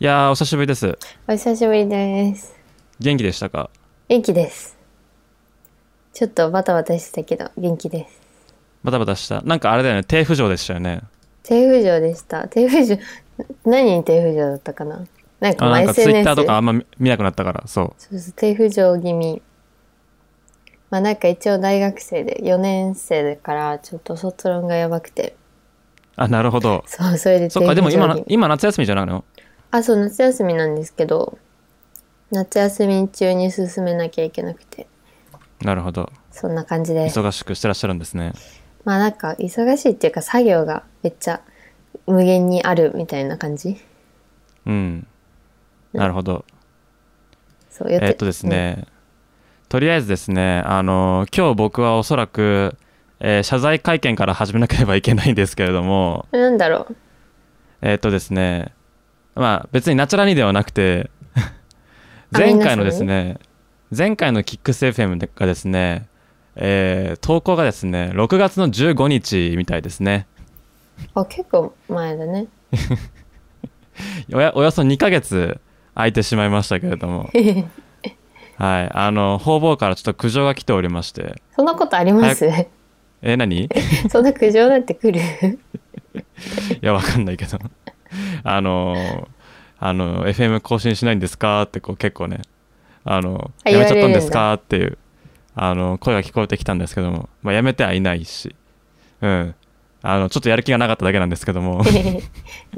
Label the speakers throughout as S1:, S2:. S1: いやーお久しぶりです
S2: お久しぶりです。
S1: 元気でしたか
S2: 元気です。ちょっとバタバタしてたけど元気です。
S1: バタバタしたなんかあれだよね低浮上でしたよね
S2: 低浮上でした。低浮上、 何に低浮上だったかななんか
S1: あ
S2: まあ
S1: なんかツイ
S2: SNS。
S1: ッターとかあんま見見なくなったからそ
S2: そうそう、低浮上気味。まあなんか一応大学生で、4年生だからちょっと卒論がやばくて。
S1: うあなるほど
S2: そう、それで低
S1: そっ
S2: 浮上
S1: か
S2: 気
S1: でも
S2: 味。
S1: 今な今夏休みじゃないの
S2: あ、そう、夏休みなんですけど、夏休み中に進めなきゃいけなくて、
S1: なるほど
S2: そんな感じです。
S1: 忙しくしてらっしゃるんですね
S2: まあなんか忙しいっていうか作業がめっちゃ無限にあるみたいな感じ
S1: うんなるほど
S2: そう予定
S1: えっとです、ねとりあえずですねあの今日僕はおそらく、えー謝罪会見から始めなければいけないんですけれども
S2: うんなんだろう
S1: えーっとですね、まあ別にナチュラにではなくて、
S2: あ
S1: 前回のですね、前回のキックス FM がですね、えー投稿がですね、6月の15日みたいですね。
S2: あ結構前だね
S1: おやおよそ2ヶ月空いてしまいましたけれども、はい、あの、方々からちょっと苦情が来ておりまして、
S2: そんなことあります
S1: えー何い
S2: そんな苦情なんてくる
S1: や、わかんないけど、 あのーあの、FM 更新しないんですかってこう結構ね、あの、
S2: あ
S1: やめちゃった
S2: 言われる
S1: ん
S2: んだ
S1: ですかっていう、あの、声が聞こえてきたんですけども、まあ、やめてはいないし、うん、あの、ちょっとやる気がなかっただけなんですけども
S2: そ。うい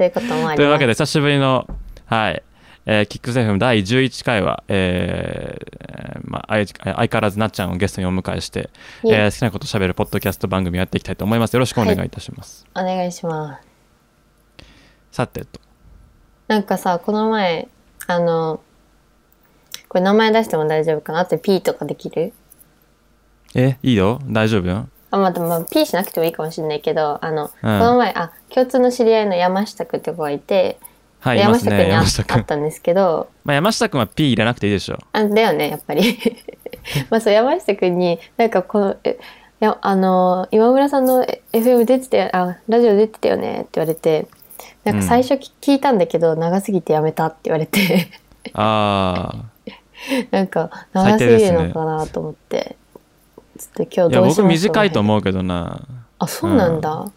S2: うこともあります
S1: というわけで、久しぶりの、はい、えーキックセフム第11回は、えーまあ、相相変わらずなっちゃんをゲストにお迎えして、え
S2: いえ
S1: ー好きなこと喋るポッドキャスト番組やっていきたいと思います。よろしくお願いいたします。
S2: お願いします
S1: さてと。
S2: なんかさこの前あのこれ名前出しても大丈夫かなあと P とかできる
S1: え、いいよ大丈夫よ
S2: あまあ、でもまあ、P しなくてもいいかもしれないけどあの、この前あ共通の知り合いの山下くんって子がいて、
S1: はい、いま
S2: 山
S1: す
S2: 下くん
S1: ね。
S2: にあ
S1: 山下く
S2: あ
S1: ん
S2: っ。たんですけど
S1: まあ、山下くんは P 入れなくていいでしょ
S2: あだよねやっぱり まあそう山下くんになんかこのえいやあのー今村さんのえ FM 出てたよあラジオ出てたよねって言われてなんか最初き、聞いたんだけど長すぎてやめたって言われて
S1: あ
S2: なんか
S1: 最
S2: 長す
S1: 低
S2: ぎ
S1: です
S2: る
S1: ね
S2: のかなと思って、ちょ
S1: あ
S2: っと今日
S1: いや
S2: どうします
S1: 僕短いと
S2: う
S1: 思うけどな
S2: あそうなんだ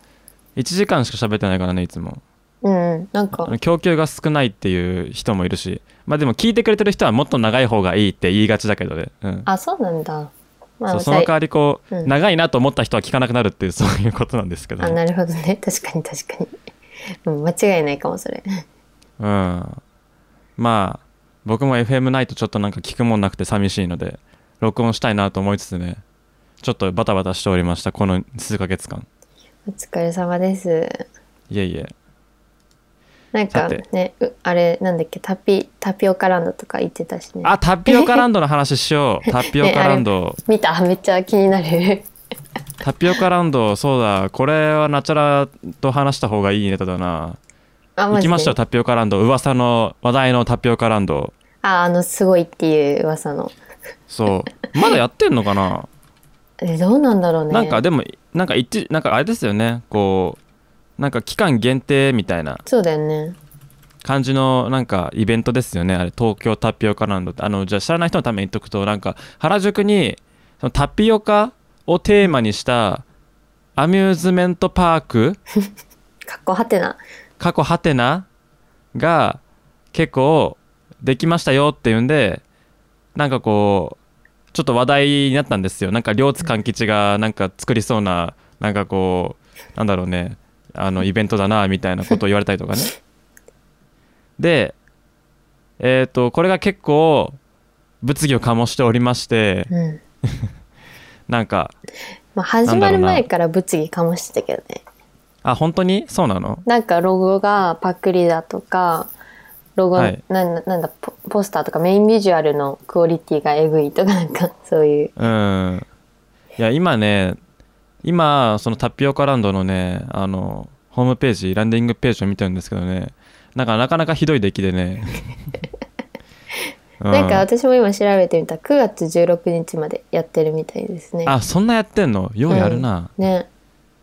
S1: 1時間しか喋ってないからねいつも
S2: うん、なん
S1: あ
S2: か
S1: の供給が少ないっていう人もいるしまあでも聞いてくれてる人はもっと長い方がいいって言いがちだけどね、うん、
S2: あそうなんだま
S1: そう
S2: あ
S1: その代
S2: さい
S1: わりこう、
S2: うん
S1: 長いなと思った人は聞かなくなるっていうそういうことなんですけど
S2: あなるほどね確かに確かに、うん、間違いないかもそれ
S1: うんまあ僕も FM ないとちょっとなんか聞くもんなくて寂しいので録音したいなと思いつつねちょっとバタバタしておりましたこの数ヶ月間
S2: お疲れ様です
S1: いえいえ
S2: なん
S1: さ
S2: か
S1: て
S2: ねうあれなんだっけタピタピオカランドとか言ってたしね
S1: あタピオカランドの話しよう タピオカランド、
S2: 見た めっちゃ気に なる
S1: タピオカランドそうだこれはナチャラと話した方がいいネタだな
S2: あ
S1: 行きましょう
S2: で
S1: タピオカランド噂の話題のタピオカランド
S2: ああのすごいっていう噂の
S1: そうまだやってんのか な、
S2: えどうなんだろうね
S1: なんかでもなんか一なんかあれですよねこうなんか期間限定みたいな
S2: そうだよね
S1: 感じのなんかイベントですよねあれ東京タピオカランドってあのじゃあ知らない人のために言っとくとなんか原宿にそのタピオカをテーマにしたアミューズメントパーク
S2: かっこはてな
S1: 過去ハテナが結構できましたよっていうんでなんかこうちょっと話題になったんですよなんか両津勘吉がなんか作りそうななんかこうなんだろうねあのイベントだなみたいなことを言われたりとかねでえっ、とこれが結構物議を醸しておりまして
S2: うん
S1: なんか
S2: まあ始まる前から物議かもしてたけどね
S1: あ本当にそうなの
S2: なんかロゴがパクリだとかロゴ、
S1: はい
S2: なんなんだポポスターとかメインビジュアルのクオリティがえぐいとかなんかそういう
S1: うん。いや、今ね、今、そのタピオカランドのね、あの、ホームページ、ランディングページを見てるんですけどね、なんかなかなかひどい出来でね。う
S2: なんか私も今調べてみたら9月16日までやってるみたいですね。
S1: あ、そんなやってんのようやるな。
S2: ね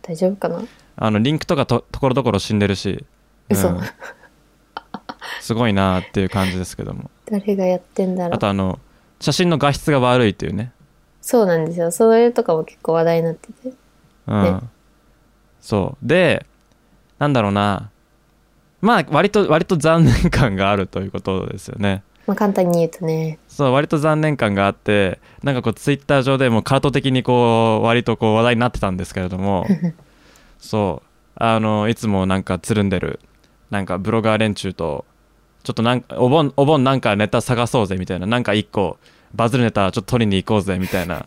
S2: 大丈夫かな
S1: あの、リンクとかとところどころ死んでるし。
S2: 嘘
S1: うんすごいなっていう感じですけども
S2: 誰がやってんだろ
S1: あ
S2: う
S1: とあの写真の画質が悪いっていうね
S2: そうなんですよそれとかも結構話題になってて
S1: うん、
S2: ね
S1: そうでなんだろうなまあ割と割と残念感があるということですよね
S2: まあ簡単に言うとね
S1: そう割と残念感があってなんかこうツイッター上でもカート的にこう割とこう話題になってたんですけれどもそうあのいつもなんかつるんでるなんかブロガー連中とちょっとなんかお盆お盆なんかネタ探そうぜみたいななんか一個バズるネタちょっと取りに行こうぜみたいな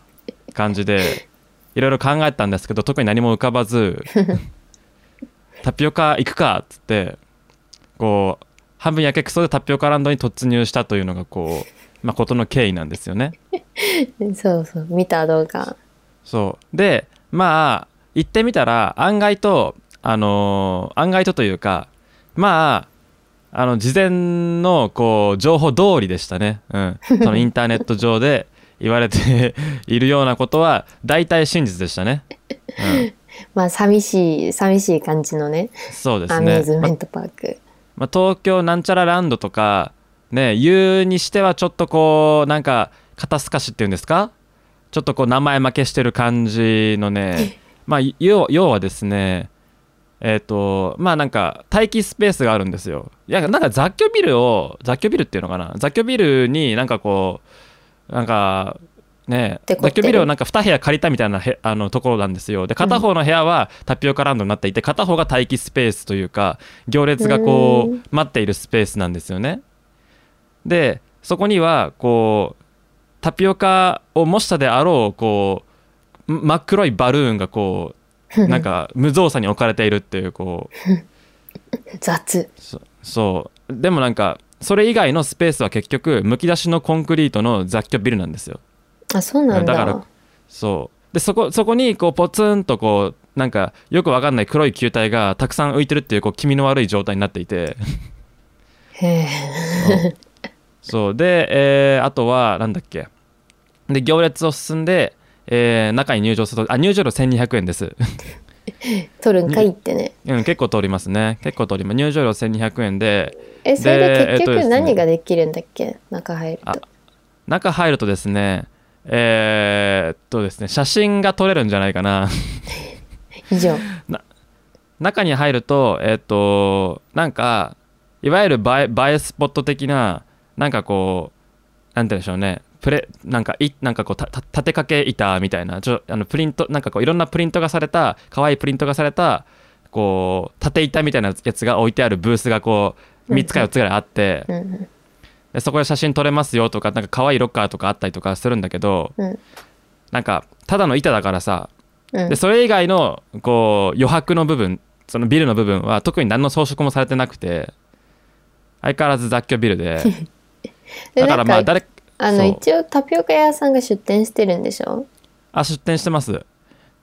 S1: 感じでいろいろ考えたんですけど特に何も浮かばずタピオカ行くかっつってこう半分やけくそでタピオカランドに突入したというのがこ う、まあ、ことの経緯なんですよね。
S2: そうそう見た動画
S1: そうでまあ行ってみたら案外とあのー案外とというかまああの事前のこう情報通りでしたね、うん、そのインターネット上で言われているようなことは大体真実でしたね、うん、
S2: まあ寂しい寂しい感じのね
S1: そうで
S2: ア
S1: す
S2: ミュ
S1: ね
S2: ーズメ
S1: ま
S2: ントパーク、
S1: まあ、東京なんちゃらランドとかね言うにしてはちょっとこうなんか肩透かしっていうんですかちょっとこう名前負けしてる感じのねまあ要要はですねえっ、とまあなんか待機スペースがあるんですよいやなんか雑居ビルを雑居ビルっていうのかな雑居ビルになんかこうなんかね
S2: デ
S1: 雑
S2: コって
S1: 居
S2: る
S1: ビルをなんか2部屋借りたみたいなへあのところなんですよで片方の部屋はタピオカランドになっていて片方が待機スペースというか行列がこ
S2: う
S1: う待っているスペースなんですよねでそこにはこうタピオカを模したであろうこうん真っ黒いバルーンがこうなんか無造作に置かれているっていうこう
S2: 雑
S1: そそうでもなんかそれ以外のスペースは結局むき出しのコンクリートの雑居ビルなんですよ
S2: あそうなんだ
S1: だからそうでそこそこにこうポツンとこうなんかよくわかんない黒い球体がたくさん浮いてるっていうこう気味の悪い状態になっていて
S2: へえ
S1: そうで、えーあとはなんだっけで行列を進んで、えー中に入場するとあ入場料1200円です
S2: 撮るんかいってね
S1: うん、結構通りますね。結構通ります。入場料1200円で、
S2: えそれで
S1: えっ
S2: 結
S1: とです
S2: 局
S1: ね
S2: 何ができるんだっけ、中入ると
S1: あ中入るとですね、えーっとですね、写真が撮れるんじゃないかな。
S2: 以上
S1: 中に入ると、えーっと、なんか、いわゆる映え映えスポット的な、なんかこう、なんて言うんでしょうね、プレ、なんか、いなんかこうた、た立てかけ板みたいな、ちょあのプリント、なんかこう、いろんなプリントがされた、可愛いプリントがされた、こう、縦板みたいなやつが置いてあるブースがこう、3つか4つぐらいあって、
S2: うんうん
S1: でそこで写真撮れますよとかなんか可愛いロッカーとかあったりとかするんだけど
S2: うん
S1: なんかただの板だからさ
S2: うん
S1: でそれ以外のこう余白の部分そのビルの部分は特に何の装飾もされてなくて相変わらず雑居ビル で
S2: で
S1: だからま
S2: な
S1: あ
S2: んか
S1: 誰か
S2: あの
S1: そう
S2: 一応タピオカ屋さんが出店してるんでしょ
S1: あ出店してます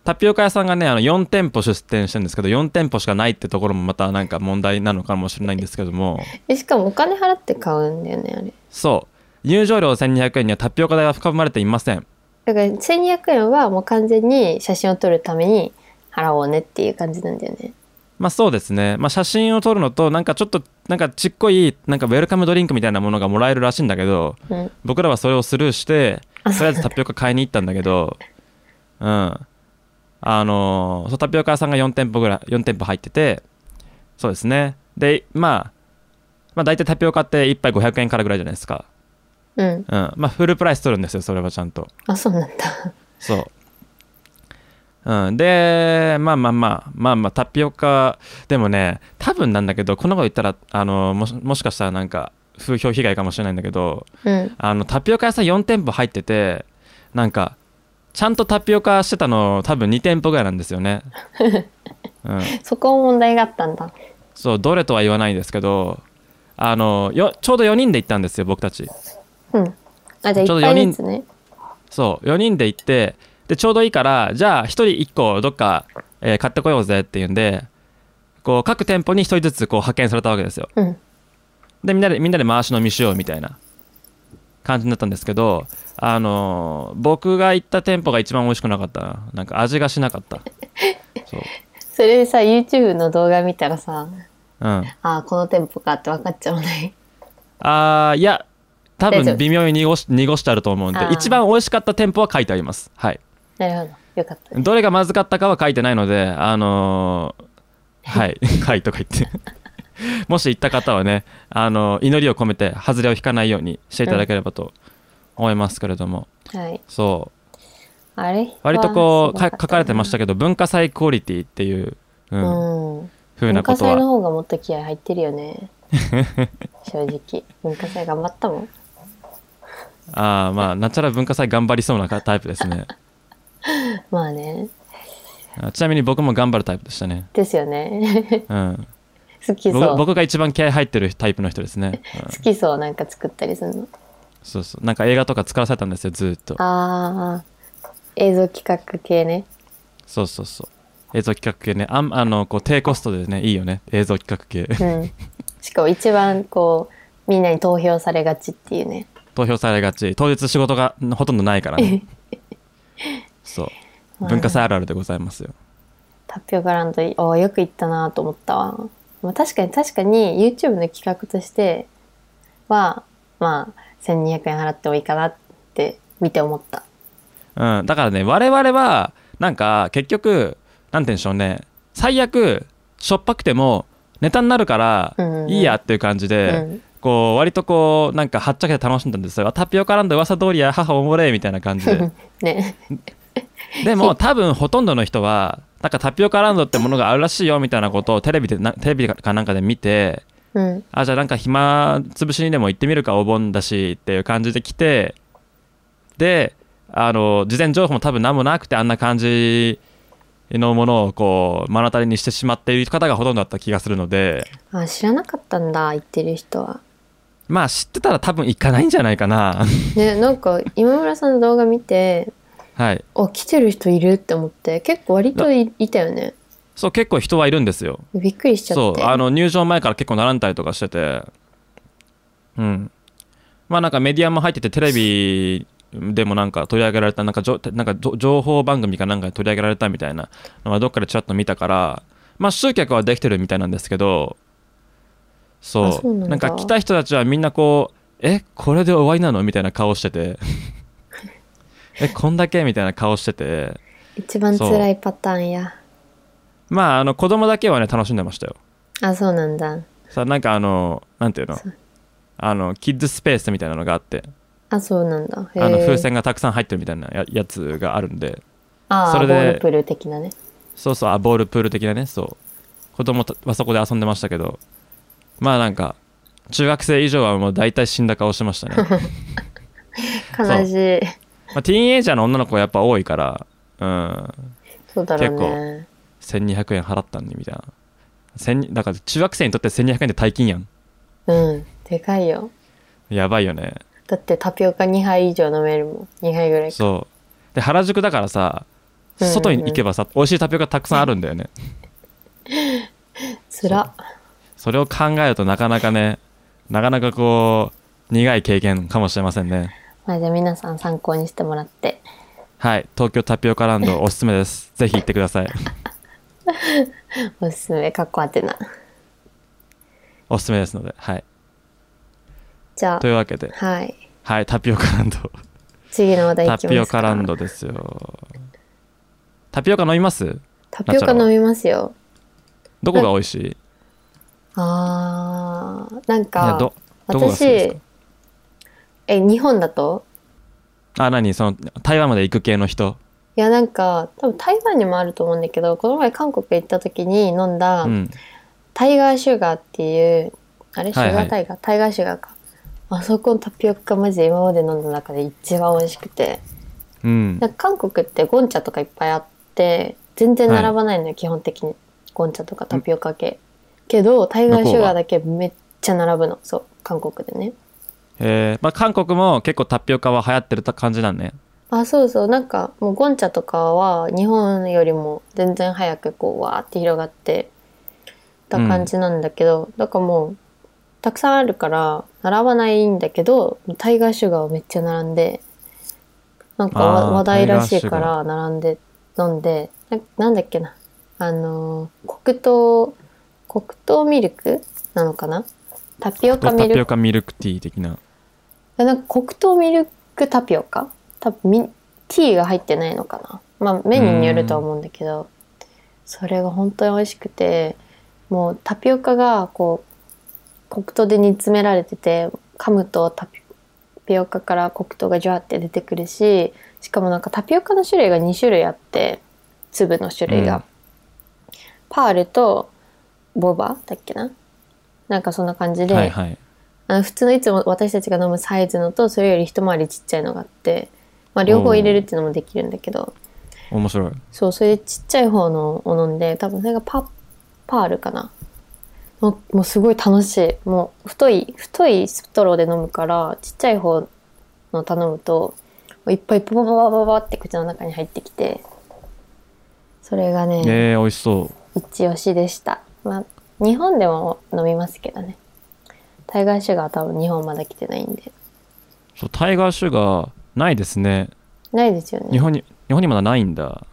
S1: タピオカ屋さんがねあの4店舗出店してるんですけど4店舗しかないってところもまたなんか問題なのかもしれないんですけども
S2: えしかもお金払って買うんだよねあれ
S1: そう入場料1200円にはタピオカ代は含まれていません
S2: だから1200円はもう完全に写真を撮るために払おうねっていう感じなんだよね
S1: まあそうですね、まあ、写真を撮るのとなんかちょっとなんかちっこいなんかウェルカムドリンクみたいなものがもらえるらしいんだけど
S2: うん
S1: 僕らはそれをスルーしてと
S2: あ
S1: りあえずタピオカ買いに行ったんだけどうんあのーそうタピオカ屋さんが4店舗ぐらい4店舗入っててそうですねで、まあ、まあ大体タピオカって1杯500円からぐらいじゃないですか
S2: うん
S1: うんまあフルプライス取るんですよそれはちゃんと
S2: あそうなんだ
S1: そう。うん、で、まあまあまあ、まあまあ、タピオカ、でもね、多分なんだけど、こんなこと言ったら、あのもしもしかしたらなんか、風評被害かもしれないんだけど、
S2: うん
S1: あのタピオカ屋さん4店舗入ってて、なんか、ちゃんとタピオカしてたの、多分2店舗ぐらいなんですよね。うん、
S2: そこも問題があったんだ
S1: そう、どれとは言わないんですけど、あのよちょうど4人で行ったんですよ、僕たち。
S2: うんあじゃあ
S1: ちょうど四
S2: 1杯
S1: 人
S2: ずつね
S1: そう4人で行ってでちょうどいいからじゃあ1人1個どっか、えー買ってこようぜっていうんでこう各店舗に1人ずつこう派遣されたわけですよ
S2: うん
S1: でみんなでみんなで回し飲みしようみたいな感じになったんですけどあのー僕が行った店舗が一番美味しくなかったななん か味がしなかったそう
S2: それでさ YouTube の動画見たらさ、
S1: うん、
S2: ああこのテンポかって分かっちゃわない
S1: あーいや多
S2: 大丈夫
S1: 分微妙に濁し濁してあると思うんで
S2: あー
S1: 一番美味しかった店舗は書いてありますはい
S2: なるほどよかったね
S1: どれがまずかったかは書いてないのであの ーはいはいとか言って もし行った方はねあのー祈りを込めて外れを引かないようにしていただければと思いますけれども、
S2: はい
S1: そう
S2: あれ
S1: 割とこうか書かれてました
S2: け
S1: けど文化祭クオリティっていう、うん
S2: うん
S1: ふうな
S2: 文
S1: こ
S2: 化
S1: と
S2: 祭の
S1: は
S2: 方がもっと気合入ってる よね正直文化祭頑張ったもん
S1: ああまあなんちゃら文化祭頑張りそうなタイプです ね
S2: まあね
S1: あちなみに僕も頑張るタイプでしたね
S2: ですよね
S1: うん
S2: 好きそ
S1: 僕
S2: う
S1: 僕が一番気合入ってるタイプの人ですね、うん
S2: 好きそうなんか作ったりするの
S1: そうそうなんか映画とか作らされたんですよずーっと
S2: ああ映像企画系ね
S1: そうそうそう映像企画系ねあんあのこう低コストでねいいよね映像企画系
S2: うんしかも一番こうみんなに投票されがちっていうね
S1: 投票されがち当日仕事がほとんどないから ねそう文化祭あるあるでございますよ
S2: 発表がランドいおーよく行ったなと思ったわ、まあ、確かに確かに YouTube の企画としてはまあ1200円払ってもいいかなって見て思った
S1: うん、だからね我々はなんか結局なんて言うんでしょうね最悪しょっぱくてもネタになるから
S2: うんうん
S1: いいやっていう感じで、
S2: うん
S1: こう割とこうなんかはっちゃけて楽しんだんですよタピオカランド噂通りや母おもれみたいな感じで
S2: ね
S1: でも多分ほとんどの人はなんかタピオカランドってものがあるらしいよみたいなことをテレビでなテレビかなんかで見て
S2: うん
S1: あじゃあなんか暇つぶしにでも行ってみるかお盆だしっていう感じで来てであの事前情報も多分何もなくてあんな感じのものをこう目の当たりにしてしまっている方がほとんどだった気がするので
S2: あ知らなかったんだ言ってる人は
S1: まあ知ってたら多分行かないんじゃないかな
S2: ねなんか今村さんの動画見て
S1: はい
S2: あ来てる人いるって思って結構割といいたよね
S1: そう結構人はいるんですよ
S2: びっくりしちゃ
S1: そ
S2: っ
S1: う
S2: て
S1: あの入場前から結構並んだりとかしててうんまあなんかメディアも入っててテレビでもなんか取り上げられたなんかじょなんかじょ情報番組かなんかで取り上げられたみたいなのはどっかでちらっと見たからまあ集客はできてるみたいなんですけどそう
S2: あそうなんだ
S1: なんか来た人たちはみんなこうえこれで終わりなのみたいな顔してて えこんだけみたいな顔してて
S2: 一番
S1: そう
S2: 辛いパターンや
S1: まああの子供だけはね楽しんでましたよ
S2: あそうなんだ
S1: さなんかあのなんていうの
S2: そう
S1: あのキッズスペースみたいなのがあって
S2: あそうなんだへ
S1: あの
S2: え
S1: 風船がたくさん入ってるみたいなややつがあるんで
S2: ああ
S1: それ
S2: ボ
S1: で
S2: ールプール的なね
S1: そうそうあボールプール的なねそう子供たはそこで遊んでましたけどまあなんか中学生以上はもう大体死んだ顔してましたね
S2: 悲しい
S1: まあティーンエイジャーの女の子はやっぱ多いからうん
S2: そうだろうね
S1: 1200円払ったのにみたいな1000だから中学生にとって1200円って大金やん
S2: うんでかいよ
S1: やばいよね
S2: だってタピオカ2杯以上飲めるもん2杯ぐらいか
S1: そうで原宿だからさ
S2: うんうん
S1: 外に行けばさ、美味しいタピオカたくさんあるんだよね
S2: つら
S1: それを考えるとなかなかねなかなかこう苦い経験かもしれませんね
S2: まあじゃあ皆さん参考にしてもらって
S1: はい東京タピオカラン ドおすすめですぜひ行ってください
S2: おすすめかっこあてな
S1: おすすめですのではい
S2: じゃ
S1: というわけで
S2: あはい
S1: はいタピオカランド
S2: 次の話題いき
S1: タ
S2: ますか
S1: ピオカランドですよタピオカ飲みます
S2: タピオカ飲みますよ
S1: どこが美味しいい
S2: あーなん
S1: や
S2: か
S1: どどこが好きです
S2: 私え日本だと
S1: かあ何その台湾まで行く系の人
S2: いやなんか多分台湾にもあると思うんだけどこの前韓国行った時に飲んだ、
S1: うん
S2: タイガーシュガーっていうあれシ
S1: はいはい
S2: ュガータイガー、タイガーシュガーかあそこのタピオカマジで今まで飲んだ中で一番美味しくて
S1: うん
S2: なんか韓国ってゴンチャとかいっぱいあって全然並ばないのよ、基本的にゴンチャとかタピオカ系けどタイガーシュガーだけめっちゃ並ぶのそう韓国でね
S1: えーまあ、韓国も結構タピオカは流行ってる感じなんね
S2: あそうそうなんかもうゴンチャとかは日本よりも全然早くこうわーって広がってた感じなんだけど、だからもうたくさんあるから並ばないんだけどタイガーシュガーをめっちゃ並んでなんか
S1: あ
S2: わ
S1: ー
S2: 話題らしい
S1: タイ
S2: か
S1: ガーシュ
S2: ら並んで飲んでななんだっけなあのー黒糖黒糖ミルクなのかなタピオカ
S1: タ
S2: ミ
S1: ピ
S2: ル
S1: オ
S2: ク
S1: カミルクティー的な
S2: あなんか黒糖ミルクタピオカ多分ミティーが入ってないのかなまあメニューによるとは思うんだけどそれが本当に美味しくてもうタピオカがこう黒糖で煮詰められてて噛むとタピピオカから黒糖がジュワって出てくるししかもなんかタピオカの種類が2種類あって粒の種類が、
S1: うん
S2: パールとボバだっけななんかそんな感じで、
S1: はいはい
S2: あの普通のいつも私たちが飲むサイズのとそれより一回りちっちゃいのがあって、まあ、両方入れるっていうのもできるんだけど
S1: 面白い
S2: そうそれでちっちゃい方のを飲んで多分それがパパールかなもうもうすごい楽しいもう太い太いストローで飲むからちっちゃい方の頼むといっぱいパパパパパパって口の中に入ってきてそれがね、
S1: えー、美味しそ
S2: 一押しでしたまあ日本でも飲みますけどねタイガーシュガーは多分日本まだ来てないんで
S1: うそうタイガーシュガーないですね
S2: ないですよね
S1: 日本に日本にまだないんだ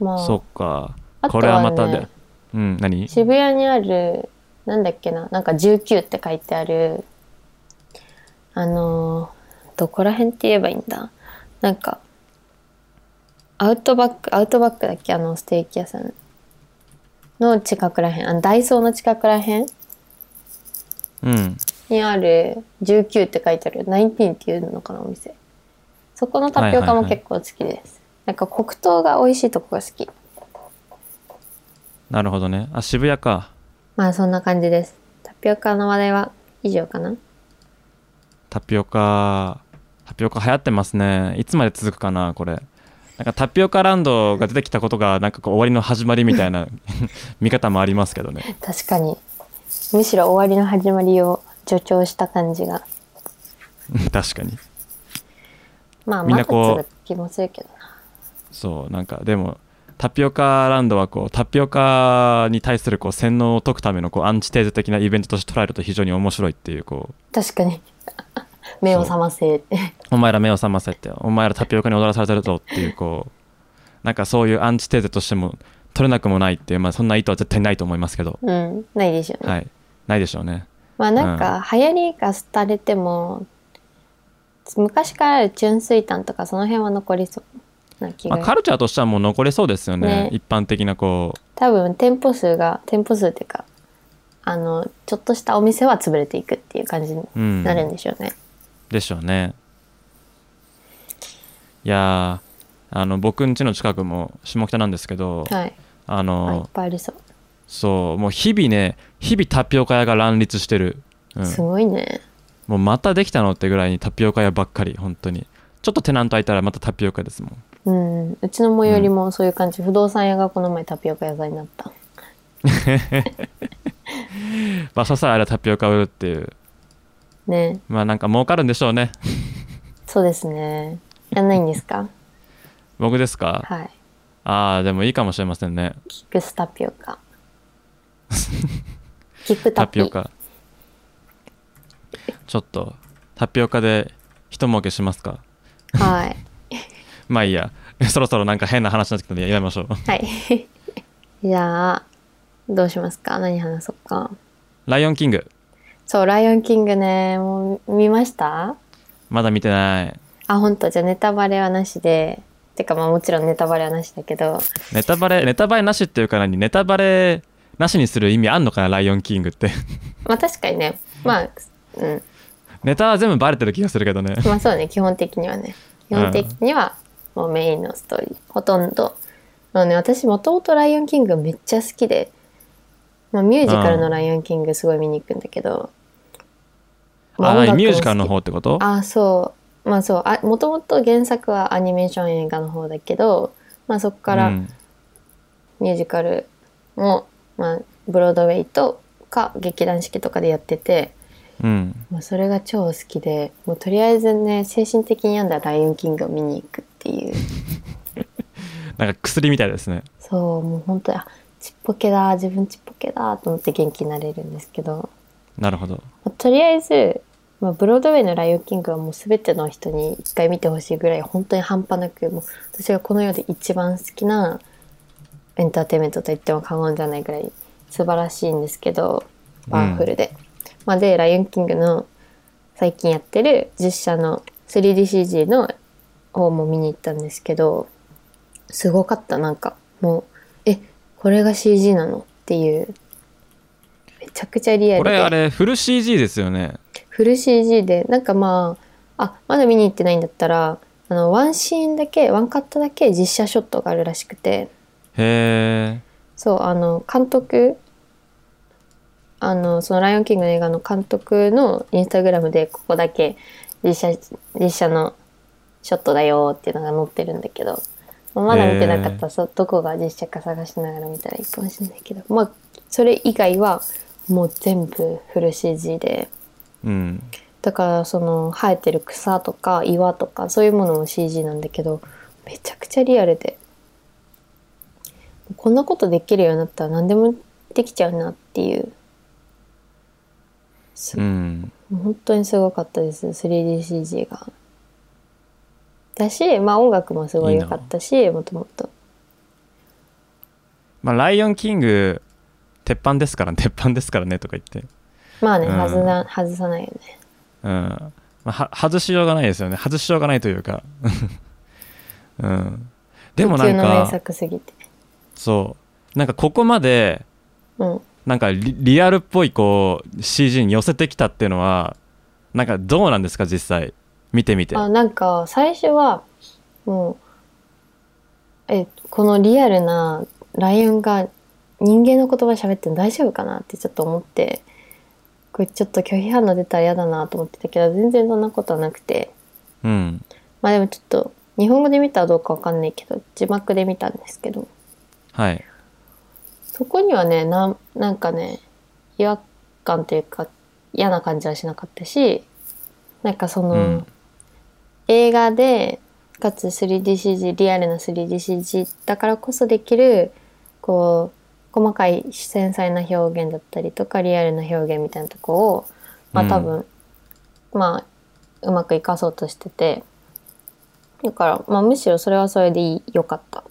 S2: まあ
S1: そっか
S2: あと
S1: これはまた
S2: ね
S1: でうん何
S2: 渋谷にあるなんだっけななんか19って書いてあるあのーどこら辺って言えばいいんだなんかアウトバックアウトバックだっけあのステーキ屋さんの近くらへんあのダイソーの近くらへん
S1: うん
S2: にある19って書いてある19っていうのかなお店そこのタピオカも結構好きです、なんか黒糖が美味しいとこが好き
S1: なるほどねあ渋谷か
S2: まあそんな感じですタピオカの話題は以上かな
S1: タピオカタピオカ流行ってますねいつまで続くかなこれなんかタピオカランドが出てきたことがなんかこう終わりの始まりみた いな見方もありますけどね
S2: 確かにむしろ終わりの始まりを助長した感じが
S1: 確かに
S2: まあ
S1: みん
S2: ま
S1: な
S2: だ
S1: こう
S2: 続く気もするけどな
S1: そうなんかでもタピオカランドはこうタピオカに対するこう洗脳を解くためのこうアンチテーゼ的なイベントとして捉えると非常に面白いっていうこう
S2: 確かに 目を覚ませって
S1: お前ら目を覚ませってお前らタピオカに踊らされてるぞっていうこうなんかそういうアンチテーゼとしても取れなくもないっていう、まあ、そんな意図は絶対ないと思いますけど、
S2: うんないでしょうね、
S1: はい、ないでしょうね
S2: まあなんか流行りが廃れても、昔からある純粋炭とかその辺は残りそうな気
S1: ま
S2: が、
S1: あ、カルチャーとしてはもう残りそうですよね
S2: ね
S1: 一般的なこ
S2: 多分店舗数が店舗数っていうかあのちょっとしたお店は潰れていくっていう感じに
S1: う、うん、
S2: なるんでしょうね、
S1: でしょうねいやーあの僕ん家の近くも下北なんですけど、
S2: はい
S1: あ
S2: あいっ
S1: の
S2: ぱいありそう、
S1: そうもう日々ね日々タピオカ屋が乱立してる、うん、
S2: すごいね
S1: もうまたできたのってぐらいにタピオカ屋ばっかり本当にちょっとテナント空いたらまたタピオカですも ん
S2: うんうちの最寄りもそういう感じ、不動産屋がこの前タピオカ屋さんになった
S1: 場所さえあればタピオカ売るっていう
S2: ね
S1: まあなんか儲かるんでしょうね
S2: そうですねやんないんですか
S1: 僕ですか
S2: はい
S1: ああでもいいかもしれませんね
S2: キックスタピオカキックタ
S1: タ
S2: ピ
S1: ピオカちょっとタピオカで一儲けしますか
S2: はい
S1: まあいいや そろそろなんか変な話になってきたのでやめましょう
S2: はい。 じゃあ、どうしますか何話そうか。
S1: ライオンキング
S2: そう、ライオンキングね、もう見ました
S1: まだ見てない
S2: あ、ほんと、じゃあネタバレはなしで。てかまあもちろんネタバレはなしだけど、
S1: ネタバレネタバレなしっていうか何ネタバレなしにする意味あんのかなライオンキングって
S2: まあ確かにね、まあ、うん。
S1: ネタは全部バレてる気がするけどね
S2: まあそうね、基本的にはね。基本的にはもうメインのストーリー。ほとんど。もうね、私もともとライオンキングめっちゃ好きで、まあミュージカルのライオンキングすごい見に行くんだけど、
S1: あ、
S2: ま音楽
S1: 何
S2: も
S1: ミュージ
S2: 好き
S1: カルの方ってこと
S2: あそうまあそうあもともと原作はアニメーション映画の方だけど、まあ、そこか
S1: う
S2: ら
S1: ん
S2: ミュージカルも、まあ、ブロードウェイとか劇団四季とかでやってて、
S1: うん
S2: まあ、それが超好きでもうとりあえずね精神的に病んだらライオンキングを見に行くっていう
S1: なんか薬みたいですね
S2: そうもう本当にあちっぽけだ自分ちっぽけだと思って元気になれるんですけど、
S1: なるほど
S2: まあとりあえず、まあ、ブロードウェイの「ライオンキング」はもう全ての人に一回見てほしいぐらい本当に半端なくもう私がこの世で一番好きなエンターテインメントと言っても過言じゃないぐらい素晴らしいんですけどパワフルで、まあ、で「ライオンキング」の最近やってる実写の 3DCG の方も見に行ったんですけどすごかったなんかもうえこれが CG なのっていうめちゃくちゃリア
S1: こ
S2: ル
S1: れあ
S2: で
S1: れフル CG ですよね
S2: フル CG でなんかまああまだ見に行ってないんだったらあのワンシーンだけワンカットだけ実写ショットがあるらしくて
S1: へえ
S2: そうあの監督あのその「ライオンキング」の映画の監督のインスタグラムでここだけ実写実写のショットだよっていうのが載ってるんだけど、まあまだ見てなかったら、そうどこが実写か探しながら見たらいいかもしれないけどまあそれ以外はもう全部フル CG で
S1: うん
S2: だからその生えてる草とか岩とかそういうものも CG なんだけどめちゃくちゃリアルでこんなことできるようになったら何でもできちゃうなっていうす
S1: うん
S2: 本当にすごかったです 3DCG が。だし、まあ、音楽もすごい良かったしもともと
S1: まあ「ライオンキング」鉄板ですからね鉄板ですからねとか言って
S2: まあね
S1: うん
S2: 外な外さないよね。
S1: うん、まあ、は外しようがないですよね外しようがないというか うんでもなん
S2: 普及の名
S1: か
S2: 作すぎて。
S1: そうなんかここまで
S2: うん、
S1: なんかリリアルっぽいこう CG に寄せてきたっていうのはなんかどうなんですか実際見てみて
S2: あなんか最初はもうえこのリアルなライオンが人間の言葉喋ってんの大丈夫かなってちょっと思ってこれちょっと拒否反応出たら嫌だなと思ってたけど全然そんなことはなくて
S1: うん
S2: まあでもちょっと日本語で見たらどうかわかんないけど字幕で見たんですけど
S1: はい
S2: そこにはねなんなんかね違和感というか嫌な感じはしなかったしなんかその、
S1: うん
S2: 映画でかつ 3DCG リアルな 3DCG だからこそできるこう細かい繊細な表現だったりとかリアルな表現みたいなとこをまあ
S1: うん
S2: 多分、まあうまく生かそうとしててだから、まあ、むしろそれはそれでいい良かったっ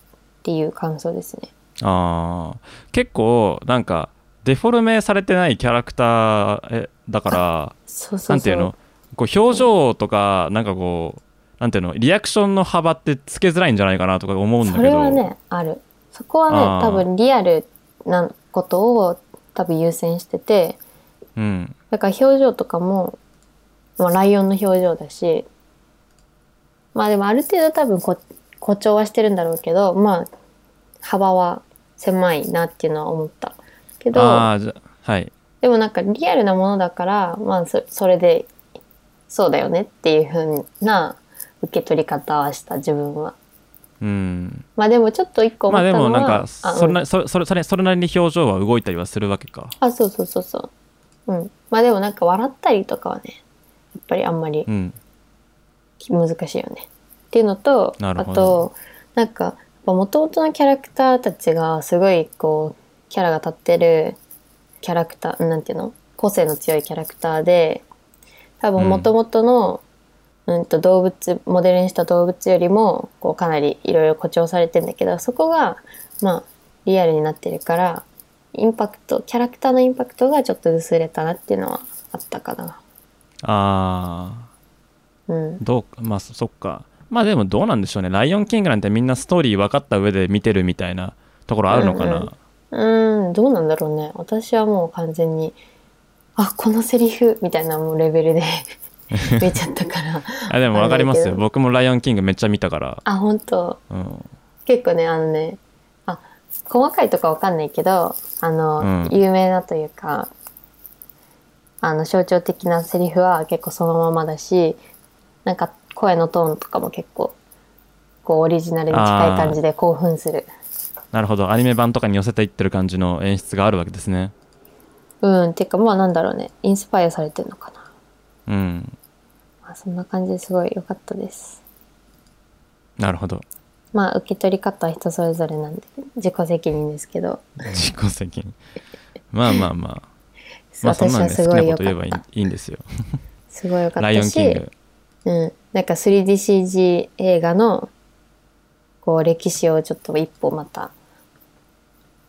S2: ていう感想ですね。
S1: あー結構なんかデフォルメされてないキャラクターえだから
S2: そうそうそう
S1: なんていうのこう表情とかなんかこうなんていうのリアクションの幅ってつけづらいんじゃないかなとか思うんだけど
S2: それはねあるそこはね
S1: あー
S2: 多分リアルなことを多分優先してて
S1: うん
S2: だから表情とかも、まあ、ライオンの表情だしまあでもある程度多分こ誇張はしてるんだろうけどまあ幅は狭いなっていうのは思ったけど
S1: ああじゃはい
S2: でもなんかリアルなものだからまあそそれでそうだよねっていう風な受け取り方はした自分は。
S1: うん
S2: まあでもちょっと一個思
S1: まあ
S2: った
S1: で
S2: のは、
S1: もなんか
S2: あ
S1: それ
S2: うん
S1: なそそれそれそれなりに表情は動いたりはするわけか
S2: あそうそうそうそううんまあでもなんか笑ったりとかはねやっぱりあんまり
S1: うん
S2: 難しいよねっていうのと
S1: なる
S2: あ
S1: ほ
S2: と
S1: ど
S2: なんかもともとのキャラクターたちがすごいこうキャラが立ってるキャラクターなんていうの個性の強いキャラクターで多
S1: う
S2: 分
S1: ん
S2: もともとの、うん、と動物モデルにした動物よりもこうかなりいろいろ誇張されてんだけどそこがまあリアルになってるからインパクトキャラクターのインパクトがちょっと薄れたなっていうのはあったかな。
S1: ああ
S2: うん、
S1: どうかまあそそっかまあでもどうなんでしょうね「ライオンキング」なんてみんなストーリー分かった上で見てるみたいなところあるのかな、
S2: うんうーん、どうなんだろうね。私はもう完全に、あ、このセリフみたいなもうレベル で見ちゃったから。
S1: あでも分かります
S2: あれだ
S1: よ
S2: けど
S1: 僕も「ライオンキング」めっちゃ見たから
S2: あ、本当
S1: うん
S2: 結構ね、あのね、あ、細かいとかわかんないけど、あの、
S1: うん
S2: 有名なというか、あの、象徴的なセリフは結構そのままだし、なんか声のトーンとかも結構、こうオリジナルに近い感じで興奮する。
S1: なるほどアニメ版とかに寄せていってる感じの演出があるわけですね
S2: うん、ていうかまあなんだろうね、インスパイアされてるのかな。
S1: うん
S2: まあ、そんな感じですごい良かったです。
S1: なるほ ど
S2: まあ受け取り方は人それぞれなんで自己責任ですけど、
S1: 自己責任まあまあまあまあそん
S2: 私
S1: なん
S2: は
S1: です好き
S2: ご
S1: ないこ
S2: 良
S1: と
S2: か
S1: 言え
S2: っ
S1: ばいい
S2: た
S1: いいんですよ
S2: すごい良か
S1: 「
S2: っ
S1: ライオ
S2: た
S1: ンキン
S2: し、
S1: グ
S2: うん、なんか 3DCG 映画のこう歴史をちょっと一歩また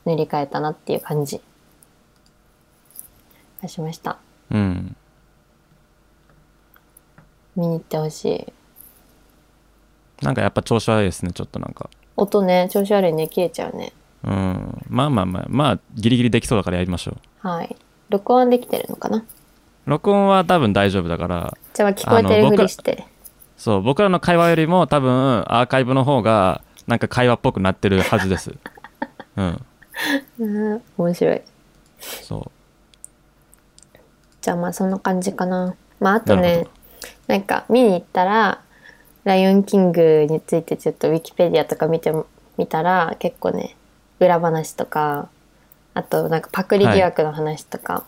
S2: 塗り替えたなっていう感じ出しました
S1: うん
S2: 見に行ってほしい
S1: なんかやっぱ調子悪いですねちょっとなんか
S2: 音ね調子悪いね切れちゃうね
S1: うんまあまあまあまあギリギリできそうだからやりましょう
S2: はい録音できてるのかな
S1: 録音は多分大丈夫だから
S2: じゃあ聞こえてるふりして
S1: そう僕らの会話よりも多分アーカイブの方がなんか会話っぽくなってるはずですうん
S2: うん面白い
S1: そ
S2: じゃあまあそんな感じかなまああと
S1: なる
S2: ね
S1: ほ
S2: なんか見に行ったら「ライオンキング」についてちょっとウィキペディアとか見てみたら結構ね裏話とかあとなんかパクリ疑惑の話とか、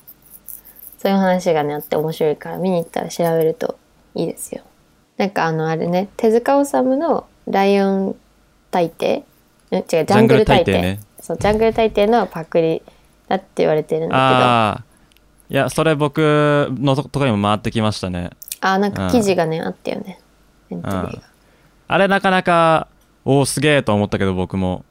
S2: そういう話がねあって面白いから見に行ったら調べるといいですよ。なんかあのあれね手塚治虫の「ライオン大帝」ん違うジャングル大帝
S1: ジャングル大帝ね
S2: そうジャングル大帝のパクリだって言われてるん
S1: う
S2: だ
S1: ああいやそれ僕のとこにも回ってきましたね
S2: けどあーなんか記事がね、あったよねエントリーが。
S1: あれなかなかおおすげえと思ったけど僕も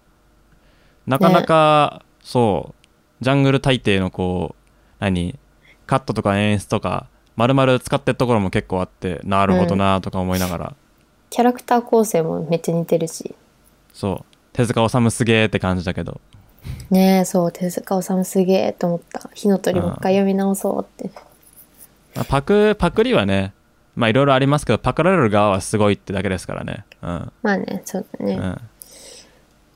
S1: なかなか、そうジャングル大帝のこう何カットとか演出とか丸々使ってるところも結構あってなるほどなとか思いながら、
S2: キャラクター構成もめっちゃ似てるし
S1: そう手塚治虫すげえって感じだけど
S2: ねえそう手塚治虫すげえと思った「火の鳥」もう一回読み直そうって
S1: まあパクパクリはねまあいろいろありますけどパクられる側はすごいってだけですからねうん、
S2: まあねそうだね、
S1: うん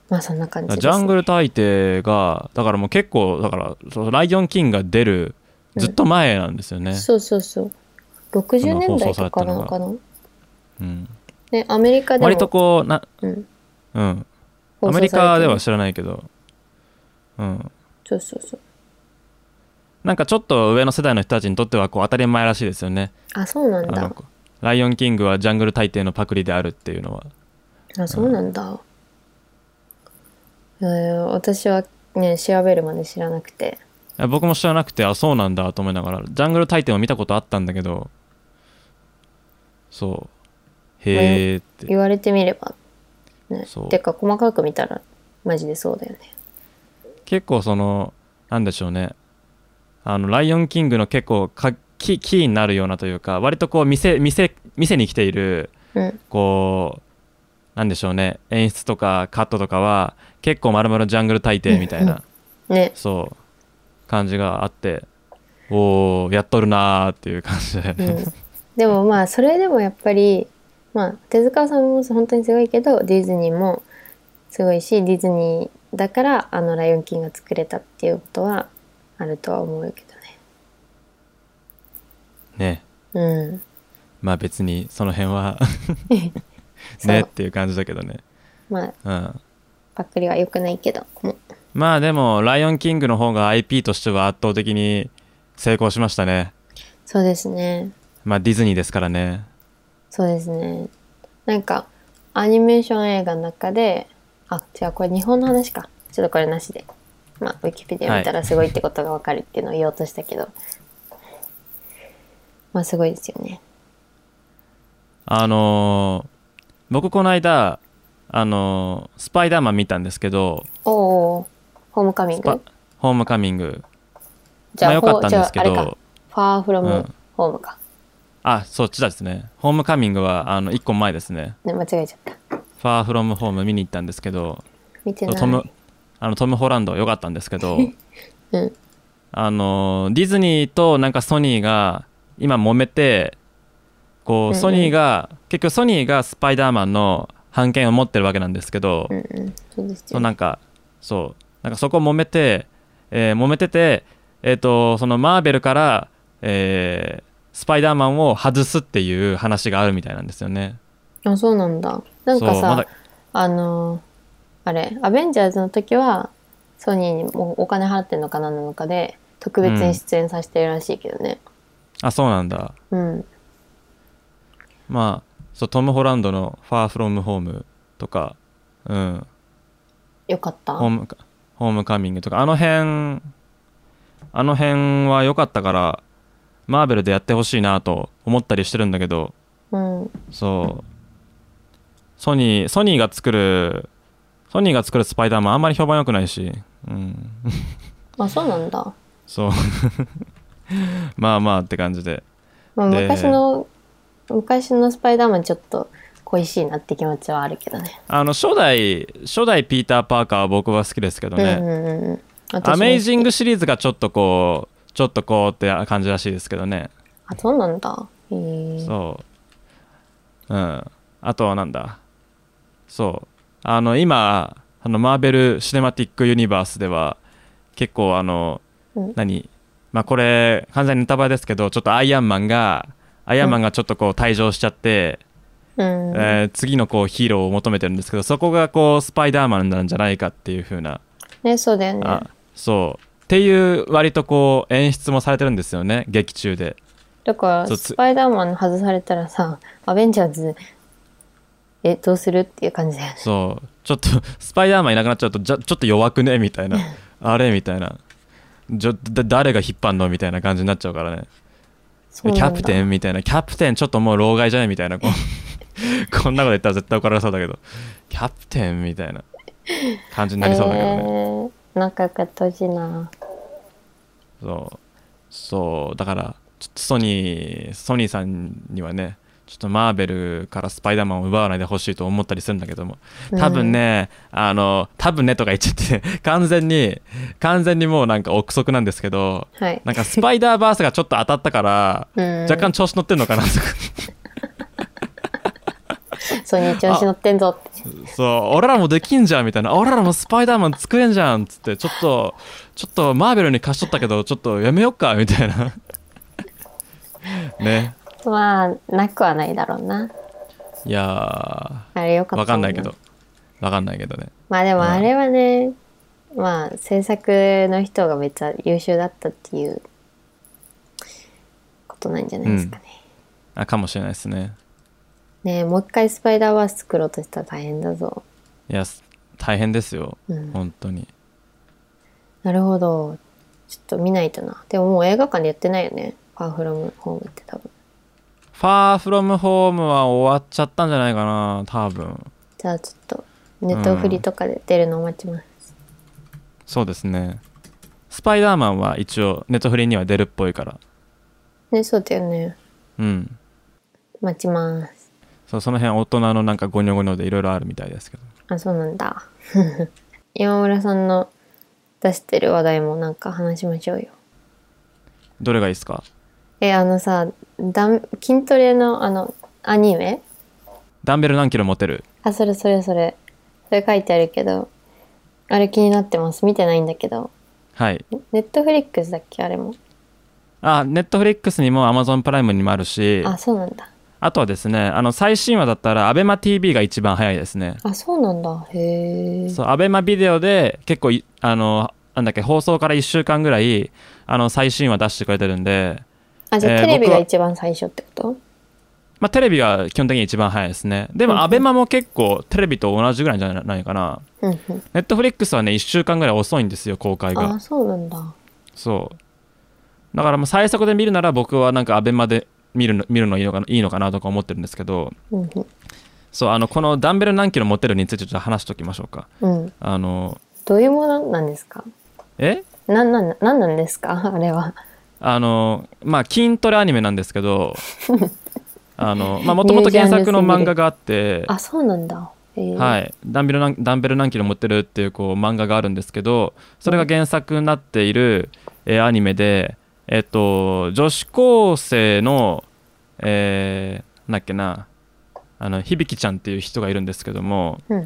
S2: まあそんな感じです、
S1: ジャングル大帝がだからもう結構だからそうライオンキングが出るずっと前なんですよね、
S2: そうそうそう60年代とかなのかな
S1: うん、
S2: ねアメリカでも
S1: 割とこうな
S2: うん、
S1: うん
S2: 放
S1: アメ
S2: 送され
S1: リ
S2: てる
S1: カでは知らないけどうん
S2: そうそうそう
S1: なんかちょっと上の世代の人たちにとってはこう当たり前らしいですよね
S2: あそうなん
S1: あの
S2: だ
S1: こうライオンキングはジャングル大帝のパクリであるっていうのは
S2: あそうなんだ、えー私はね調べるまで知らなくて
S1: いや僕も知らなくてあそうなんだと思いながらジャングル大帝を見たことあったんだけどそうへえって
S2: 言われてみればね
S1: そう
S2: てか細かく見たらマジでそうだよね
S1: 結構そのなんでしょうねあの「ライオンキング」の結構かキキーになるようなというか割とこう店店店に来ている
S2: うん
S1: こうなんでしょうね演出とかカットとかは結構まるまるジャングル大帝みたい
S2: うん
S1: な
S2: ね
S1: そう感じがあっておーやっとるなーっていう感じだよ
S2: う
S1: ね
S2: ん、 でもまあそれでもやっぱり、まあ、手塚さんも本当にすごいけどディズニーもすごいしディズニーだからあの「ライオンキング」が作れたっていうことはあるとは思うけ
S1: ね
S2: どね。 うん、
S1: まあ別にその辺は
S2: そう
S1: ねっていう感じだけどね
S2: まあ
S1: うん
S2: パックリは良くないけどもう
S1: まあでも「ライオンキング」の方が IP としては圧倒的に成功しましたね
S2: そうですね
S1: まあディズニーですからね
S2: そうですねなんかアニメーション映画の中であ違うこれ日本の話かちょっとこれなしでまあウィキペディア見たらすごいってことがわかるっていうのを言おうとしたけど、まあすごいですよね
S1: あのー僕この間あのースパイダーマン見たんですけど
S2: おおホームカミング
S1: スパホームカミング
S2: じゃ
S1: ま
S2: あ
S1: あ良かったん
S2: ほう
S1: ですけ
S2: じゃああれか
S1: ど
S2: ファーフロ
S1: う
S2: ム
S1: ん
S2: ホームか、
S1: あそっちだですねホームカミングはあの1個前ですね
S2: ね、間違えちゃった
S1: ファーフロムホーム見に行ったんですけど
S2: 見てない
S1: トムあのトム・ホランド良かったんですけ ど
S2: うん
S1: あのディズニーとなんかソニーが今揉めてこ
S2: うんう
S1: うんソニーが、結局ソニーがスパイダーマンの版権を持ってるわけなんですけど、
S2: うんうんそうです
S1: そう
S2: よ
S1: な
S2: ね
S1: んかそうなんかそこ揉めて、えー揉めててえっ、とそのマーベルから、えースパイダーマンを外すっていう話があるみたいなんですよね。
S2: あそうなんだなん
S1: そ
S2: か
S1: う
S2: さ、
S1: まだ
S2: あのーあれアベンジャーズの時はソニーにもお金払ってんのかななのかで特別に出演させてるらしいけどね
S1: あそうなんだ。
S2: うん、
S1: まあそうトム・ホランドの「ファー・フロム・ホーム」とか、うん、
S2: よかった
S1: ホームカホームカミングとかあの辺あの辺は良かったからマーベルでやってほしいなと思ったりしてるんだけど
S2: うん
S1: そうソニーソニーが作るソニーが作るスパイダー マンあんまり評判良くないしうん
S2: あそうなんだ
S1: そうまあまあって感じで
S2: まあ、
S1: で
S2: 昔の昔のスパイダーマンちょっと恋しいなって気持ちはあるけどね。
S1: あの初代初代ピーター・パーカーは僕は好きですけどね、
S2: うんうんうんうん。私も
S1: アメイジングシリーズがちょっとこうちょっとこうって感じらしいですけどね
S2: あそうなんだ。へえ
S1: そううんあとはなんだそうあの今あのマーベル・シネマティック・ユニバースでは結構あの
S2: うん
S1: 何まあこれ完全にネタバレですけどちょっとアイアンマンがアイアンマンがちょっとこう退場しちゃって、
S2: うん
S1: えー次のこうヒーローを求めてるんですけどそこがこうスパイダーマンなんじゃないかっていう風な
S2: ねそうだよね。
S1: あそうっていう割とこう演出もされてるんですよね劇中で
S2: だか
S1: そう
S2: ら
S1: つ
S2: スパイダーマン外されたらさアベンジャーズえどうするっていう感じだよね。
S1: そうちょっと スパイダーマンいなくなっちゃうとじゃちょっと弱くねみたいなあれみたいなじゃだ誰が引っ張んのみたいな感じになっちゃうからね
S2: そ
S1: キ
S2: うなんだ
S1: ャプテンみたいなキャプテンちょっともう老害じゃないみたい なこうこんなこと言ったら絶対怒られそうだけどキャプテンみたいな感じになりそうだけどね、
S2: えー仲良かったほしいな。
S1: そうそうだからちょっとソニーソニーさんにはねちょっとマーベルからスパイダーマンを奪わないでほしいと思ったりするんだけども多分ね、あの多分ねとか言っちゃって 完全に完全にもうなんか憶測なんですけど
S2: はい。
S1: なんかスパイダーバースがちょっと当たったから
S2: うん
S1: 若干調子乗ってんのかなとか
S2: ソニー調子乗ってんぞって。
S1: そう俺らもできんじゃんみたいな俺らもスパイダーマン作れんじゃんっつってちょっとちょっとマーベルに貸しとったけどちょっとやめよっかみたいな ね
S2: まあなくはないだろうな。
S1: いや
S2: あれよか
S1: ー、
S2: った。
S1: わかんないけど。、わかんないけどね。
S2: まあでも
S1: うん
S2: あれはね、まあ制作の人がめっちゃ優秀だったっていうことなんじゃないですかね。
S1: あ、かもしれないですね。
S2: ねえもう一回スパイダーバース作ろうとしたら大変だぞ。
S1: いや、す大変ですよ。
S2: うん
S1: 本当に。
S2: なるほど。ちょっと見ないとな。でももう映画館でやってないよね。パワフロムホームって多分。
S1: ファーフロムホームは終わっちゃったんじゃないかな、多分。
S2: じゃあちょっとネットフリとかで出るのを待ちます。
S1: そうですね。スパイダーマンは一応、ネットフリには出るっぽいから。
S2: ねそうだよね。
S1: うん。
S2: 待ちます。
S1: そう、その辺大人のなんかゴニョゴニョでいろいろあるみたいですけど。
S2: あそうなんだ。 今村さんの出してる話題もなんか話しましょうよ。
S1: どれがいいですか
S2: えあのさダン筋トレのあのアニメ
S1: ダンベル何キロ持てる
S2: あそれそれそれそれ書いてあるけどあれ気になってます見てないんだけど
S1: はい。
S2: ネットフリックスだっけあれも
S1: あ、ネットフリックスにも Amazon プライムにもあるし、
S2: あそうなんだ
S1: あとはですね、あの、最新話だったら ABEMATV が一番早いですね。
S2: あそうなんだへえ
S1: そう、アベマビデオで結構い、あの、なんだっけ、放送から1週間ぐらい、あの、最新話出してくれてるんで、
S2: あじゃ
S1: え
S2: あ
S1: ー
S2: テレビ
S1: 僕
S2: が
S1: は
S2: 一番最初ってこと
S1: まあ、テレビは基本的に一番早いですね。で
S2: うんう
S1: も、
S2: ん
S1: アベマも結構、テレビと同じぐらいじゃないかな。
S2: うんうん
S1: ネットフリックスはね、1週間ぐらい遅いんですよ、公開が
S2: あ。そうなんだ
S1: そう。だから、もう最速で見るなら、僕はなんか、アベマで見るの、見るのいいのかな、いいのかなとか思ってるんですけど、
S2: うん
S1: そう、あの、このダンベル何キロ持てるについてちょっと話しときましょうか。
S2: うんうん
S1: あの、
S2: どういうものなんですか
S1: え
S2: なんなんなんなんですか あれは
S1: あのまあ筋トレアニメなんですけ どあのまあもと
S2: ニ
S1: も
S2: ュー
S1: と
S2: ジャ
S1: 原
S2: ンル
S1: 作の
S2: すぎる
S1: 漫画があって
S2: あそうなんだへえ
S1: はい、ダンベルなんダンベル何キロ持ってるっていうこう漫画があるんですけどそれが原作になっている、えーアニメで、えっと女子高生の、えーなんだっけなあの響ちゃんっていう人がいるんですけども
S2: うん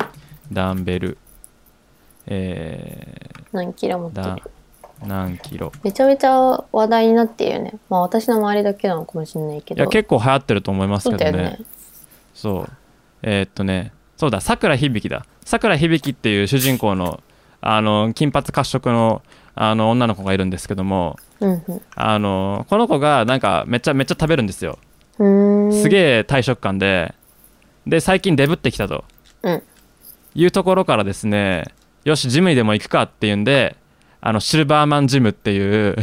S1: ダンベル、え
S2: 何キロ持っ
S1: ー
S2: て
S1: だ
S2: る
S1: 何キロ
S2: めちゃめちゃ話題になっているよねまあ私の周りだけなのかもしれないけ
S1: い
S2: ど
S1: や結構流行ってると思います
S2: そ
S1: け
S2: うだ
S1: ど
S2: よね
S1: そう。えーっとね、そうだ、さくらひびきだ。さくらひびきっていう主人公の、あの、金髪褐色の、あの、女の子がいるんですけども、
S2: うんうん
S1: あの、この子が、なんか、めっちゃめっちゃ食べるんですよ。
S2: うーん
S1: すげえ体食感で、で、最近デブってきたと
S2: うん
S1: いうところからですね、よし、ジムにでも行くかっていうんで、あの、シルバーマンジムっていう、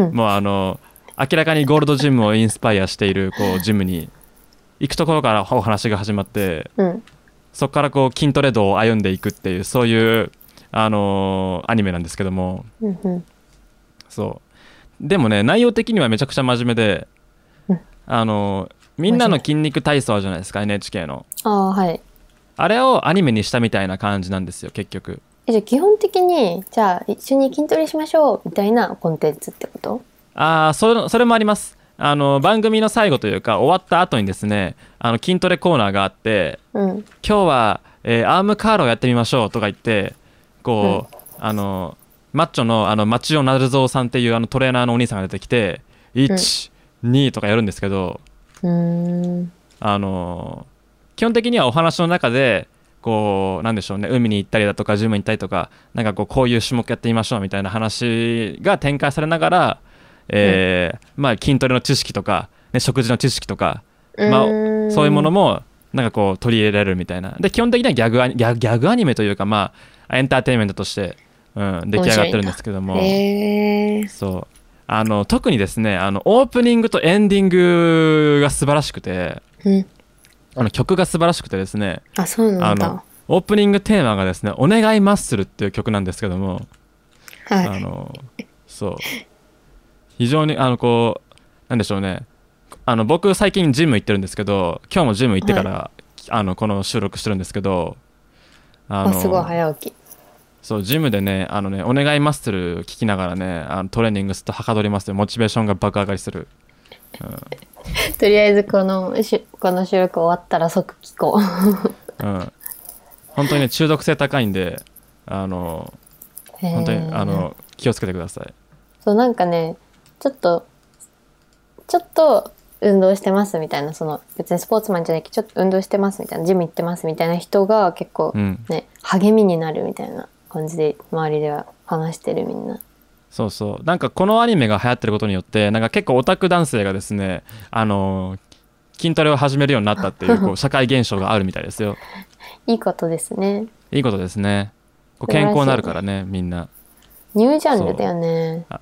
S2: うん
S1: もうあの、明らかにゴールドジムをインスパイアしている、こう、ジムに行くところからお話が始まって、
S2: うん
S1: そこからこう筋トレ道を歩んでいくっていうそういう、あのーアニメなんですけども
S2: うんうん
S1: そうでもね内容的にはめちゃくちゃ真面目で、
S2: うん
S1: あのみんなの筋肉体操あるじゃないですか NHK の
S2: ああはい
S1: あれをアニメにしたみたいな感じなんですよ結局
S2: えじゃあ基本的にじゃあ一緒に筋トレしましょうみたいなコンテンツってこと
S1: ああそれそれもありますあの番組の最後というか終わった後にですねあの筋トレコーナーがあって
S2: うん
S1: 今日は、えーアームカールをやってみましょうとか言ってこう、あのマッチョのあのマチオナルゾウさんっていうあのトレーナーのお兄さんが出てきて12、2とかやるんですけど
S2: うーん
S1: あの基本的にはお話の中でこうなんでしょうね海に行ったりだとかジムに行ったりとかなんかこうこういう種目やってみましょうみたいな話が展開されながら、えーまあ、筋トレの知識とか、ね、食事の知識とかまあそういうもの
S2: も
S1: もなんかこう取り入れられるみたいなで基本的にはギャグアニギャギャグアニメというかまあエンターテインメントとして、うん、出来上がってるんですけども、
S2: へえ
S1: そうあの特にですねあのオープニングとエンディングが素晴らしくて
S2: うん
S1: あの曲が素晴らしくてですね
S2: あそうなん
S1: あの
S2: だ
S1: オープニングテーマがですね「お願いマッスル」っていう曲なんですけども
S2: は
S1: あ
S2: い
S1: のそう非常にあのこうなんでしょうねあの僕最近ジム行ってるんですけど今日もジム行ってから、あのこの収録してるんですけどあ
S2: あすごい早起き
S1: そうジムでね「あのねお願いマッスル」聞きながらねあのトレーニングするとはかどりますよモチベーションが爆上がりする
S2: とりあえずこのしこの収録終わったら即聞こ
S1: うん本当にね中毒性高いんであの
S2: うへー
S1: 本当にあの気をつけてください
S2: そうなんかねちょっとちょっと運動してますみたいなその別にスポーツマンじゃないけどちょっと運動してますみたいなジム行ってますみたいな人が結構
S1: うん
S2: ね、励みになるみたいな感じで周りでは話してるみんな。
S1: そうそうなんかこのアニメが流行ってることによってなんか結構オタク男性がですねあの筋トレを始めるようになったっていう こう社会現象があるみたいですよ
S2: いいことですね。
S1: いいことですねこう健康になるからねみんな
S2: ニュージャンルだよね
S1: そう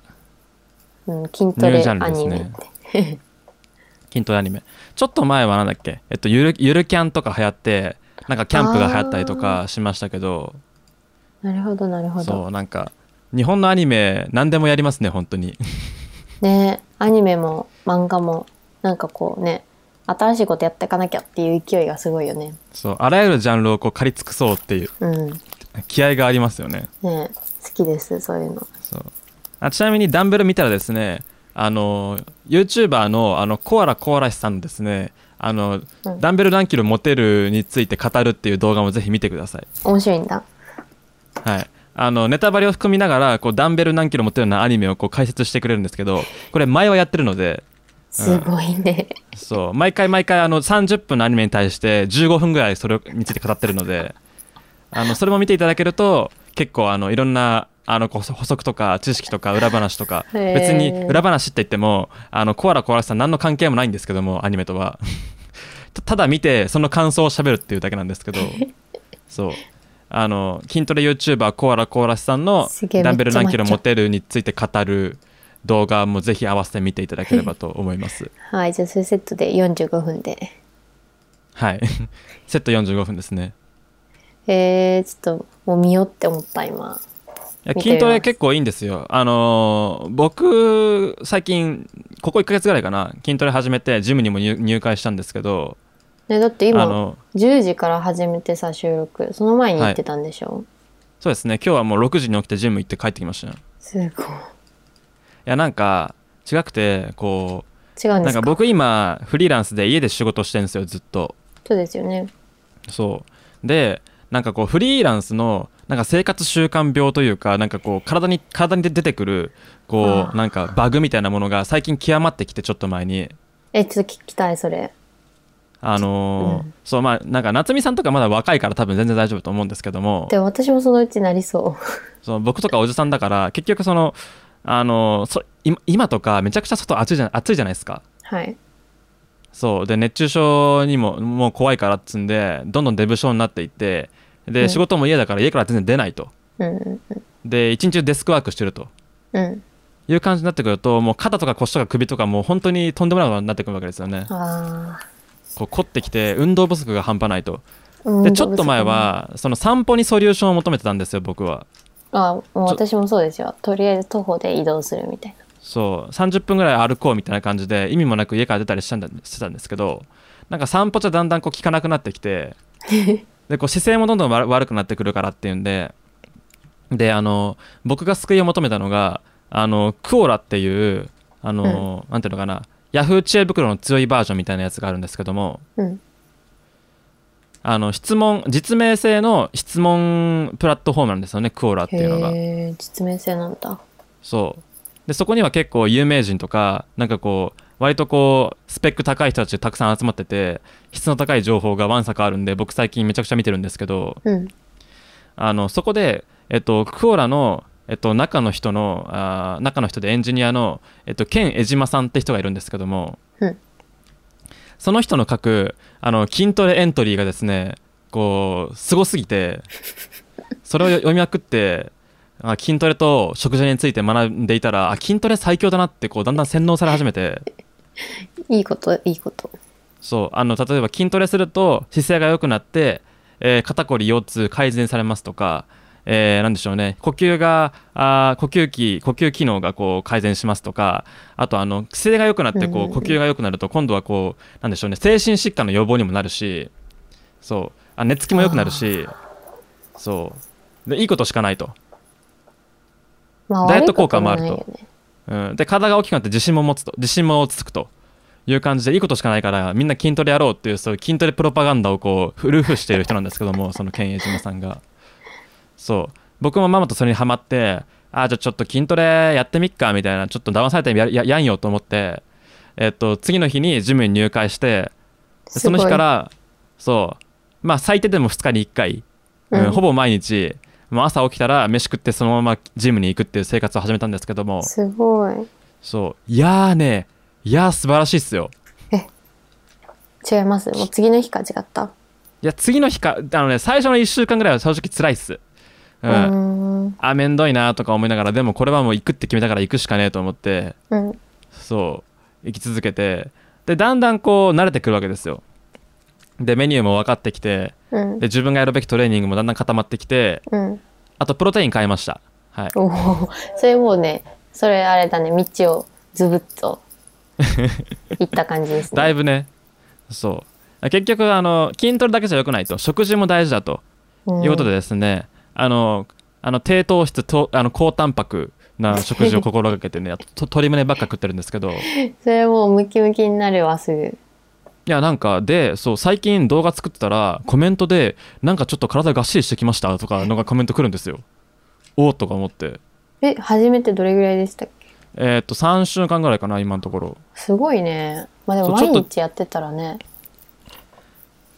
S1: あ。
S2: うん、筋ト
S1: ニュー
S2: レ
S1: ジャンル
S2: ア
S1: ですね
S2: ニメって。
S1: 筋トレアニメちょっと前はなんだっけ、えっと、ゆるゆるキャンとか流行ってなんかキャンプが流行ったりとかしましたけど
S2: なるほどなるほど。
S1: そうなんか日本のアニメ何でもやりますね本当に
S2: ねアニメも漫画もなんかこうね新しいことやっていかなきゃっていう勢いがすごいよね。
S1: そうあらゆるジャンルをこう借り尽くそうっていう
S2: うん。ね
S1: 気合がありますよね
S2: 好きですそういうの。
S1: そうあちなみにダンベル見たらですねあの YouTuber のあのコアラコアラシさんのですねあの、
S2: うん
S1: ダンベル何キロ持てるについて語るっていう動画もぜひ見てください、
S2: 面白いんだ。
S1: はい、あのネタバレを含みながらこうダンベル何キロ持てるようなアニメをこう解説してくれるんですけどこれ前はやってるのです
S2: ごいね。
S1: そう毎回毎回あの30分のアニメに対して15分ぐらいそれについて語ってるのであのそれも見ていただけると結構あのいろんなあのこう補足とか知識とか裏話とか
S2: へー
S1: 別に裏話って言ってもあのコアラコアラさん何の関係もないんですけどもアニメとはたただ見てその感想をしゃべるっていうだけなんですけ どそうあの筋トレ YouTuber コアラコアラさんの
S2: すげえ
S1: ダンベル
S2: めっちゃ
S1: 何キロ
S2: マッチョ
S1: 持てるについて語る動画もぜひ合わせて見ていただければと思います。
S2: はいじゃあそれセットで45分で。
S1: はい。 セット45分ですね。
S2: えー、ちょっともう見ようって思った今。
S1: いや
S2: 見てみます
S1: 筋トレ結構いいんですよ。あのー僕、最近、ここ1ヶ月ぐらいかな、筋トレ始めて、ジムにも入入会したんですけど、
S2: ね、だって
S1: あ
S2: 今
S1: の、
S2: 10時から始めてさ収録その前に行ってたんでしょ、
S1: そうですね、今日はもう6時に起きてジム行って帰ってきましたよい
S2: すごい
S1: や、なんか、違くて、こ
S2: 違う
S1: う、
S2: んで
S1: なん
S2: す
S1: か
S2: か
S1: 僕今、フリーランスで家で仕事してるんですよ、ずっと。
S2: そうですよね
S1: そう。で、なんかこう、フリーランスの、なんか生活習慣病というか、なんかこう、体に、体に出てくる、こ
S2: あ
S1: う、
S2: ー
S1: なんかバグみたいなものが最近極まってきて、ちょっと前に。
S2: えちょっと聞きたいそれ
S1: あのー
S2: うん
S1: そうまあなんか夏美さんとかまだ若いから多分全然大丈夫と思うんですけども
S2: でも私もそのうちなりそ
S1: その僕とかおじさんだから結局その、あのーそ今今とかめちゃくちゃ外暑いじゃ暑いじゃないですか
S2: うはい
S1: そうで熱中症にももう怖いからっつんでどんどん出不症になっていってで、
S2: うん
S1: 仕事も家だから家から全然出ないと
S2: うん
S1: で一日中デスクワークしてると
S2: うん
S1: いう感じになってくるともう肩とか腰とか首とかもう本当にとんでもないことになってくるわけですよね
S2: あ
S1: こう凝ってきて運動不足が半端ないと
S2: あ
S1: でちょっと前はその散歩にソリューションを求めてたんですよ僕は
S2: あもう私もそうですよとりあえず徒歩で移動するみたい
S1: そう30分ぐらい歩こうみたいな感じで意味もなく家から出たりしたんだしてたんですけどなんか散歩じゃだんだんこう効かなくなってき てでこう姿勢もどんどん悪悪くなってくるからっていうんでであの僕が救いを求めたのがあのクオラっていうあの、なんていうのかなヤフー知恵袋の強いバージョンみたいなやつがあるんですけども
S2: うん
S1: あの質問実名制の質問プラットフォームなんですよねクオラっていうのが。
S2: へえ実名制なんだ
S1: そうでそこには結構有名人とかなんかこう割とこうスペック高い人たちがたくさん集まってて質の高い情報がわんさかあるんで僕最近めちゃくちゃ見てるんですけど
S2: うん
S1: あのそこで、えっと、クオラの、えっと、中の人のあー中の人でエンジニアの、えっと、ケン江島さんって人がいるんですけども、
S2: うん
S1: その人の書くあの筋トレエントリーがですねこうすごすぎてそれを読みまくってあ筋トレと食事について学んでいたらあ筋トレ最強だなってこうだんだん洗脳され始めて
S2: いいこといいこと
S1: そうあの例えば筋トレすると姿勢が良くなって、えー肩こり腰痛改善されますとか、えーなんでしょうね呼吸があー呼吸器呼吸機能がこう改善しますとかあとあの姿勢が良くなって
S2: うんうん
S1: こ
S2: うん
S1: う呼吸が良くなると今度はこうなんでしょうね精神疾患の予防にもなるしそうあ寝つきも良くなるしそうでいいことしかないと、
S2: ま
S1: ダイエット効果もあると
S2: 悪いことはないよね
S1: うん、で体が大きくなって自信も持つと自信も落ち着くという感じでいいことしかないからみんな筋トレやろうっていうそういう筋トレプロパガンダをこうフルーフしている人なんですけどもそのケンエイジマさんがそう僕もママとそれにハマってあーじゃあちょっと筋トレやってみっかみたいなちょっと騙されてやややんよと思ってえっと次の日にジムに入会してですそ
S2: ご
S1: の
S2: い
S1: 日からそうまあ最低でも2日に1回、う
S2: うん
S1: ん、ほぼ毎日もう朝起きたら飯食ってそのままジムに行くっていう生活を始めたんですけども
S2: すごい
S1: そう。いやーね、いやー素晴らしいっすよ。
S2: 違いますもう次の日か違った
S1: いや、次の日か、あのね、最初の1週間ぐらいは正直辛いっす。う。
S2: うんーん
S1: あ、めんどいなーとか思いながら、でもこれはもう行くって決めたから行くしかねえと思って、
S2: うん
S1: そう、行き続けて、で、だんだんこう、慣れてくるわけですよ。で、メニューも分かってきて、
S2: うん
S1: で、自分がやるべきトレーニングもだんだん固まってきて、
S2: うん
S1: あと、プロテイン買いました。はい。
S2: おおそれもうねそれあれだね道をズブッ と行った感じですね
S1: だいぶね、そう。結局、あの、筋トレだけじゃ良くないと、食事も大事だと。
S2: うん
S1: いうことでですね、あのあの低糖質とあの高タンパク な食事を心がけてねあと鶏胸ばっか食ってるんですけどい
S2: それもうムキムキになるわすぐ
S1: やなんかでそう最近動画作ってたらコメントでなんかちょっと体がっしりしてきましたとかのがコメント来るんですよおおとか思って
S2: え初めてどれぐらいでしたっけ
S1: えーっと3週間ぐらいかな今のところ
S2: すごいねまあでも
S1: そ
S2: 毎
S1: うちょっ
S2: 日やってたらね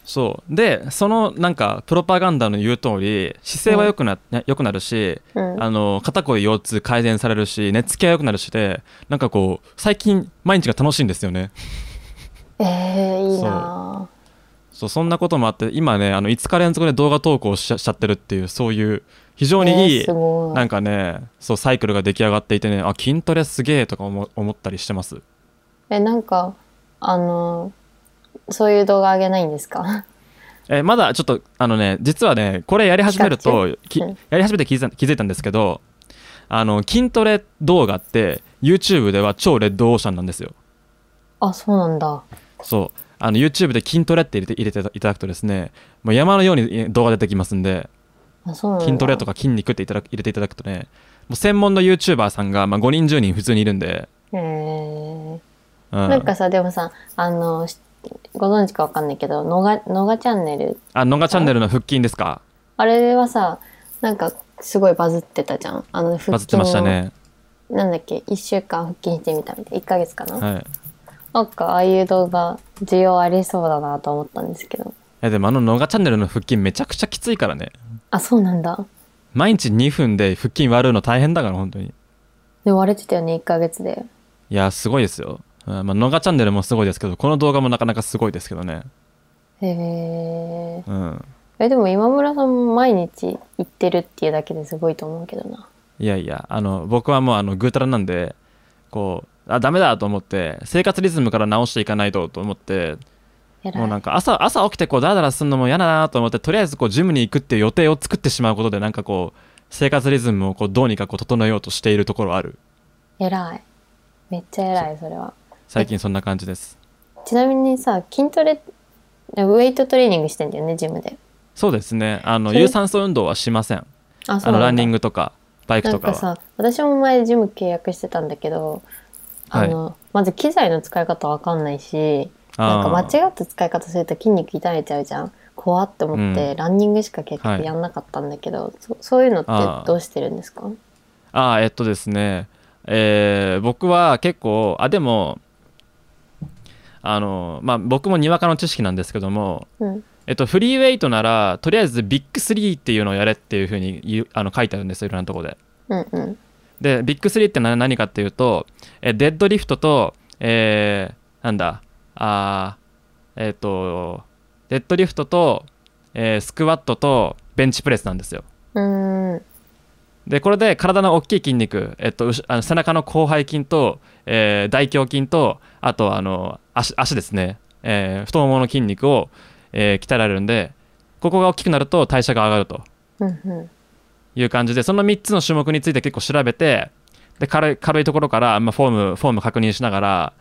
S1: そうでそのなんかプロパガンダの言う通り姿勢は良くな,、良くなるし
S2: うん
S1: あの肩こり腰痛改善されるし寝つきは良くなるしでなんかこう最近毎日が楽しいんですよね
S2: えー、いいなあ
S1: そうそんなこともあって今ねあの5日連続で動画投稿しちゃしちゃってるっていうそういう非常にい
S2: えー
S1: い、
S2: すごい
S1: なんかねそうサイクルが出来上がっていてねあ筋トレすげえとか思思ったりしてます
S2: えなんかあのそういう動画あげないんですか
S1: えーまだちょっとあのね実はねこれやり始めるとき
S2: うん
S1: やり始めて気づいた気づいたんですけどあの筋トレ動画って YouTube では超レッドオーシャンなんですよ
S2: あそうなんだ
S1: そうあの YouTube で筋トレって入れて入れていただくとですねもう山のようにえ動画出てきますんで
S2: あそうなんだ
S1: 筋トレと
S2: か
S1: か筋肉っていただく入れていただくとねもう専門の YouTuber さんが、まあ、5人10人普通にいるんで、
S2: えー
S1: うん、
S2: なんかさでもさあのしご存知かわかんないけど「のがのがチャンネル
S1: あのがチャンネルの腹筋ですか」
S2: あれはさなんかすごいバズってたじゃんあの腹筋
S1: バズってましたね、
S2: なんだっけ1週間腹筋してみたみたいな1ヶ月かな、
S1: はい、
S2: なんかああいう動画需要ありそうだなと思ったんですけど
S1: えでもあののがチャンネルの腹筋めちゃくちゃきついからね
S2: あそうなんだ
S1: 毎日2分で腹筋割るの大変だから本当に
S2: で割れてたよね1ヶ月で
S1: いやすごいですよ、うんまあのがチャンネルもすごいですけどこの動画もなかなかすごいですけどね
S2: へえ
S1: うん
S2: えでも今村さんも毎日行ってるっていうだけですごいと思うけどない
S1: やいやあの僕はもうあのぐうたらなんでこうあダメだと思って生活リズムから直していかないとと思って
S2: 偉い
S1: もうなんか朝朝起きてこうダラダラするのも嫌だなと思ってとりあえずこうジムに行くっていう予定を作ってしまうことでなんかこう生活リズムをこうどうにかこう整えようとしているところある
S2: 偉いめっちゃ偉いそれは
S1: 最近そんな感じです
S2: ちなみにさ筋トレウェイトトレーニングしてんだよねジムで
S1: そうですねあの
S2: それ
S1: 有酸素運動はしません
S2: あ
S1: あのランニン
S2: グ
S1: グとかバイク
S2: な
S1: と
S2: ん
S1: か
S2: か
S1: は
S2: さ私も前ジム契約してたんだけどあの、まず機材の使い方わかんないしなんか
S1: あー
S2: 間違った使い方すると筋肉痛めちゃうじゃん怖って思って、
S1: うん
S2: ランニングしか結
S1: は
S2: 局
S1: い
S2: やんなかったんだけど、そそういうのって
S1: あー
S2: どうしてるんですか
S1: あーえっとですねえー僕は結構あでもあのまあ僕もにわかの知識なんですけども
S2: うん
S1: えっと、フリーウェイトならとりあえずビッグ3っていうのをやれっていうふうに言うあの書いてあるんですよいろんなとこで
S2: うんうん
S1: でビッグ3ってな何かっていうとえデッドリフトとえーなんだあーえっ、とデッドリフトと、えースクワットとベンチプレスなんですよ
S2: うーん
S1: でこれで体の大きい筋肉、えっと、うしあの背中の広背筋と、えー大胸筋とあとあの足足ですね、えー太ももの筋肉を、えー鍛えられるんでここが大きくなると代謝が上がると
S2: うんうん
S1: いう感じでその3つの種目について結構調べてで軽い軽いところから、まあ、フォームフォーム確認しながら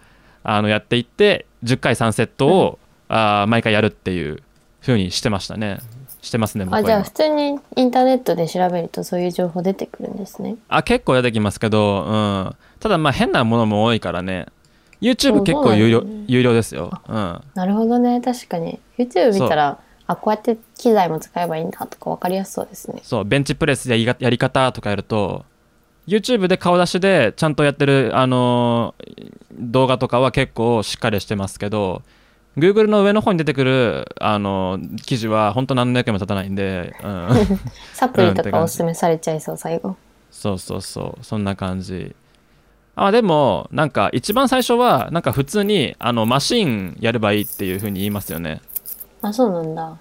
S1: あのやっていって10回3セットを、あー毎回やるっていう風にしてましたねしてますね僕は
S2: あじゃあ
S1: 今
S2: 普通にインターネットで調べるとそういう情報出てくるんですね
S1: あ結構出てきますけど、うん、ただまあ変なものも多いからね
S2: そう
S1: YouTube 結構有料,、
S2: そうなんだね
S1: 有料ですよ、うん、
S2: なるほどね確かに YouTube 見たらあこうやって機材も使えばいいんだとか分かりやすそうですね
S1: そうベンチプレスやりがやり方とかやると YouTube で顔出しでちゃんとやってる、あのー動画とかは結構しっかりしてますけど Google の上の方に出てくる、あのー記事は本当何の役にも立たないんで、うん、
S2: サプリと
S1: うんって
S2: か
S1: 感
S2: お
S1: じ
S2: すすめされちゃいそう最後
S1: そうそうそうそんな感じあでもなんか一番最初はなんか普通にあのマシンやればいいっていう風に言いますよね
S2: あそうなんだ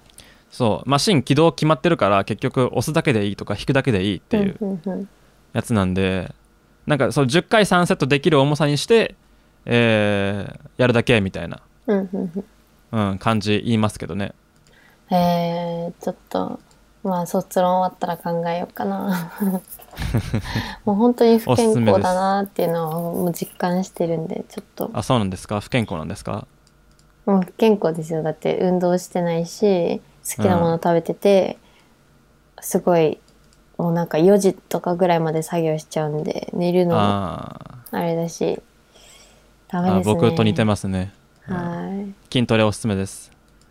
S1: そうマシン起動決まってるから結局押すだけでいいとか引くだけでいいっていう
S2: うんうんうん
S1: やつなんでなんかそう10回3セットできる重さにして、えーやるだけみたいな、
S2: うんうんうん
S1: うん、感じ言いますけどね
S2: えー、ちょっとまあ卒論終わったら考えよう かなもう本当に不健康だなっていうのはもう実感してるんでちょっと
S1: あそうなんですか不健康なんですか
S2: もう不健康ですよだって運動してないし好きなもの食べてて、すごいもうなんか4時とかぐらいまで作業しちゃうんで寝るのも
S1: あ
S2: あれだしダ
S1: ー
S2: メ
S1: あ
S2: ですね
S1: 僕と似てますね
S2: はい
S1: 筋トレおすすめです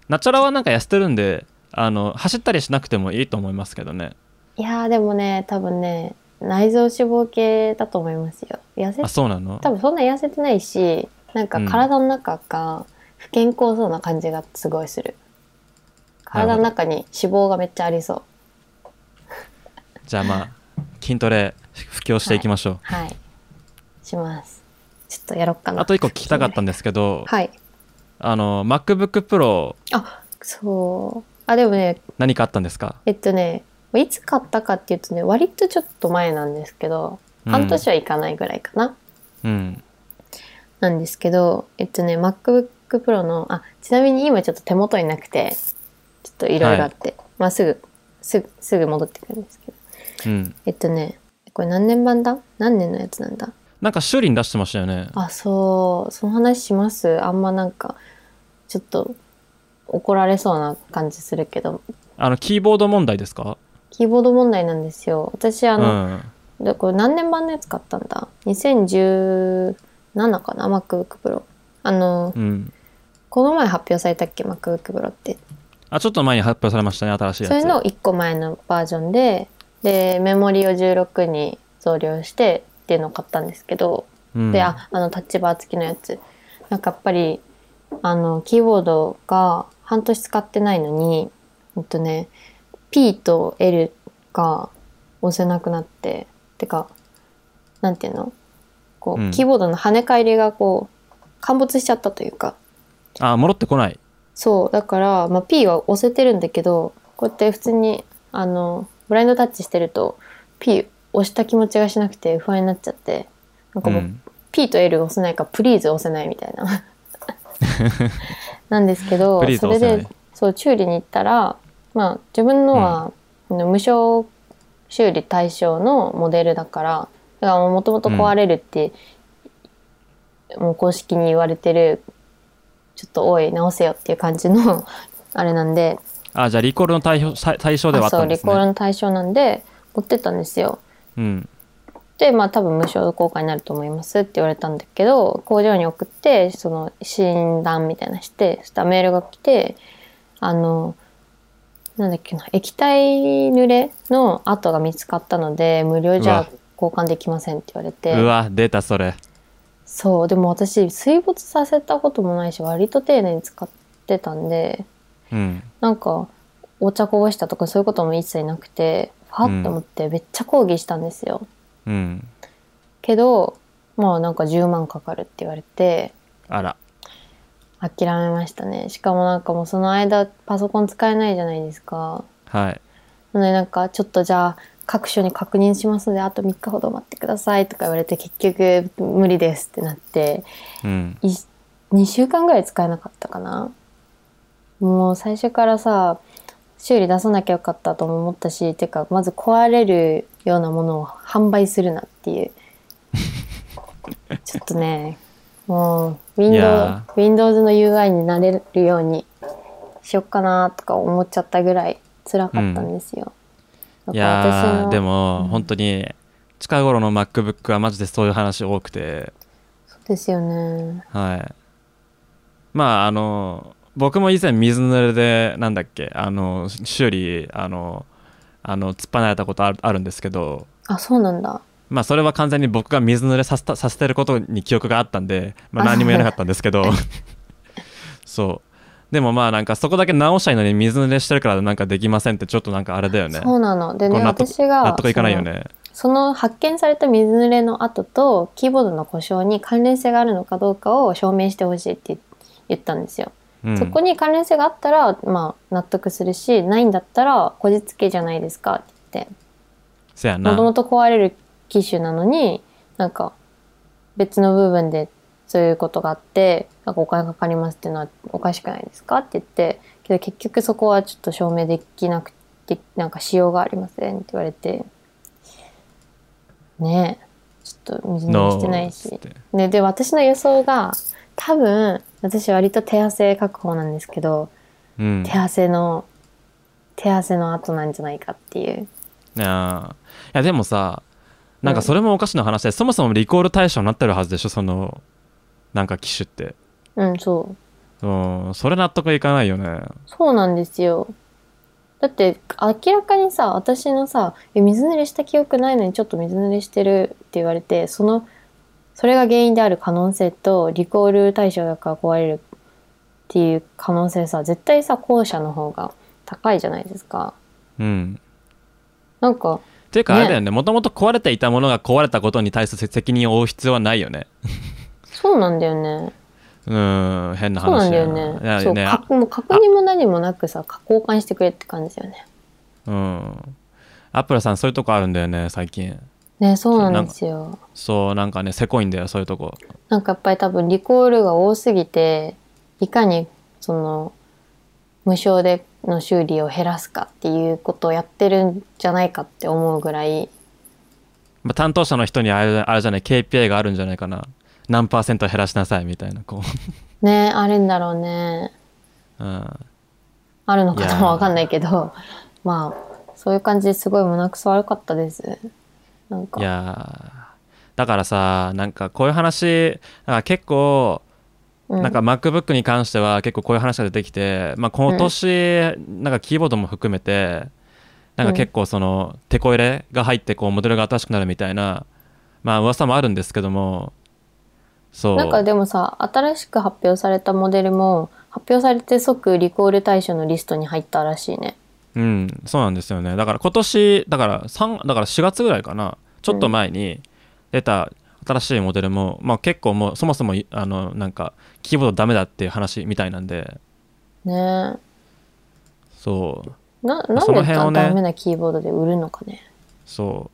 S1: ナチャラはなんか痩せてるんであの走ったりしなくてもいいと思いますけどね
S2: いやーでもね多分ね内臓脂肪系だと思いますよ痩せ
S1: あそうなの
S2: 多分そんな痩せてないしなんか体の中が不健康そうな感じがすごいする体の中に脂肪がめっちゃありそう
S1: じゃあまあ筋トレ布教していきましょう、
S2: はいしますちょっとやろっかな
S1: あと一個聞きたかったんですけど、
S2: はい
S1: あの MacBookPro
S2: あそうあでもね
S1: 何かあったんですか
S2: えっとねいつ買ったかっていうとね割とちょっと前なんですけど
S1: うん
S2: 半年はいかないぐらいかな、
S1: うん
S2: なんですけどえっとね MacBookPro のあちなみに今ちょっと手元になくてちょっといろいろあって、まあすぐすぐすぐ戻ってくるんですけど
S1: うん
S2: えっとねこれ何年版だ何年のやつなんだ
S1: なんか修理に出してましたよね
S2: あそうその話しますあんまなんかちょっと怒られそうな感じするけど
S1: あのキーボード問題ですか
S2: キーボード問題なんですよ私あ
S1: う
S2: の、
S1: ん
S2: だこれ何年版のやつ買ったんだ2017かな MacBookPro あの、
S1: うん
S2: この前発表されたっけ MacBookPro って
S1: あちょっと前に発表されましたね新しいや
S2: そ
S1: つ
S2: れの1個前のバージョンででメモリを16に増量してっていうのを買ったんですけど、
S1: うん
S2: で、あ、あの、タッチバー付きのやつ。なんかやっぱり、あの、キーボードが半年使ってないのに、ほんとね、P と L が押せなくなって、てか、なんていうのこう、
S1: うん
S2: キーボードの跳ね返りがこう、陥没しちゃったというか、
S1: あ戻ってこない
S2: そう、だから、まあ、P は押せてるんだけど、こうやって普通に、あの、ブラインドタッチしてると、P 押した気持ちがしなくて不安になっちゃって、なんか
S1: う
S2: もう、
S1: ん
S2: P と L 押せないかプリーズ押せないみたい ななんですけど
S1: プリーズ
S2: それ
S1: 押せ
S2: で
S1: ない
S2: そう修理に行ったらまあ自分のは、あの無償修理対象のモデルだからだからもともと壊れるってもう公式に言われてるちょっとおい直せよっていう感じのあれなんで
S1: あじゃあリコールの対象対対象ではあ
S2: あ
S1: っ
S2: そ
S1: た
S2: うん
S1: で
S2: リ
S1: す
S2: コール
S1: ね
S2: の対象なんで持ってったんですよ
S1: うん
S2: でまあ多分無償公開になると思いますって言われたんだけど工場に送ってその診断みたいなのしてそしたらメールが来てあのなんだっけな液体濡れの跡が見つかったので無料じ
S1: うわ
S2: ゃ交換できませんって言われて
S1: うわ出たそれ
S2: そうでも私水没させたこともないし割と丁寧に使ってたんで
S1: うん
S2: なんかお茶こぼしたとかそういうことも一切なくてファッと思ってめっちゃ抗議したんですよ。
S1: うん
S2: けどまあなんか10万かかるって言われて
S1: あら
S2: 諦めましたねしかもなんかもうその間パソコン使えないじゃないですか
S1: はい
S2: なのでなんかちょっとじゃあ各所に確認しますのであと3日ほど待ってくださいとか言われて結局無理ですってなって
S1: うん
S2: い2週間ぐらい使えなかったかなもう最初からさ修理出さなきゃよかったとも思ったしてかまず壊れるようなものを販売するなっていう ちょっとねもう
S1: い
S2: Windows,
S1: や
S2: Windows の UI になれるようにしよっかなとか思っちゃったぐらい辛かったんですよ、
S1: い
S2: だから私
S1: やー
S2: の
S1: でも、
S2: うん
S1: 本当に近頃の MacBook はマジでそういう話多くて
S2: そうですよね
S1: はいまああの僕も以前水濡れでなんだっけあの修理あのあの突っ張られたことあるあるんですけど
S2: あそうなんだ
S1: まあそれは完全に僕が水濡れさせたさせてることに記憶があったんで、まあ、
S2: あ
S1: 何も言えなかったんですけど そうでもまあなんかそこだけ直したいのに水濡れしてるからなんかできませんってちょっとなんかあれだよね
S2: そうなので
S1: こ
S2: ね
S1: れ納得
S2: 私が
S1: 納得いかないよね
S2: その発見された水濡れの跡とキーボードの故障に関連性があるのかどうかを証明してほしいって言ったんですよ。
S1: うん
S2: そこに関連性があったら、まあ、納得するしないんだったらこじつけじゃないですかって言って
S1: せや
S2: も
S1: な
S2: ともと壊れる機種なのになんか別の部分でそういうことがあってなんかお金かかりますっていうのはおかしくないですかって言ってけど結局そこはちょっと証明できなくてなんかしようがありませんって言われてねえちょっと水にしてないし
S1: ノーっつって
S2: ね、で私の予想が多分私割と手汗確保なんですけど
S1: うん
S2: 手汗の手汗の後なんじゃないかっていう
S1: あーいやでもさなんかそれもおかしな話で、そもそもリコール対象になってるはずでしょそのなんか機種って
S2: うんそう
S1: うんそれ納得いかないよね
S2: そうなんですよ。だって明らかにさ私のさ「え水濡れした記憶ないのにちょっと水濡れしてる」って言われてそのそれが原因である可能性とリコール対象だから壊れるっていう可能性さ絶対さ後者の方が高いじゃないですか。
S1: うん
S2: なんか
S1: っていうかあ
S2: ね
S1: れだよねもともと壊れていたものが壊れたことに対する責任を負う必要はないよね
S2: そうなんだよね。
S1: うん変な
S2: そうな
S1: 話
S2: んだよね。
S1: いや
S2: そう
S1: ね
S2: かもう確認も何もなくさ交換してくれって感じだよね。
S1: うんアップルさんそういうとこあるんだよね最近
S2: ねそうなんですよ。
S1: そうなんかねせこいんだよそういうとこ
S2: なんかやっぱり多分リコールが多すぎていかにその無償での修理を減らすかっていうことをやってるんじゃないかって思うぐらい
S1: まあ、担当者の人にあれあれじゃない KPI があるんじゃないかな何パーセント減らしなさいみたいなこ
S2: ねあるんだろうね
S1: う、うん、
S2: あるのか
S1: いや
S2: どう
S1: ー
S2: かわかんないけど まあそういう感じですごい胸くそ悪かったですなん
S1: い
S2: か
S1: やーだからさなんかこういう話なんか結構
S2: う
S1: なんか MacBook に関しては結構こういう話が出てきて、まあ、今年、なんかキーボードも含めてなんか結構そのテこ入れが入ってこうモデルが新しくなるみたいなまあ噂もあるんですけどもそう
S2: なんかでもさ新しく発表されたモデルも発表されて即リコール対象のリストに入ったらしいね
S1: うん、そうなんですよね。だから今年、だから三だから4月ぐらいかな、ちょっと前に出た新しいモデルも、まあ結構もうそもそもあのなんかキーボードダメだっていう話みたいなんで、
S2: ね
S1: そう
S2: ななん
S1: その
S2: で
S1: 辺をね
S2: ダメなキーボードで売るのかね
S1: そ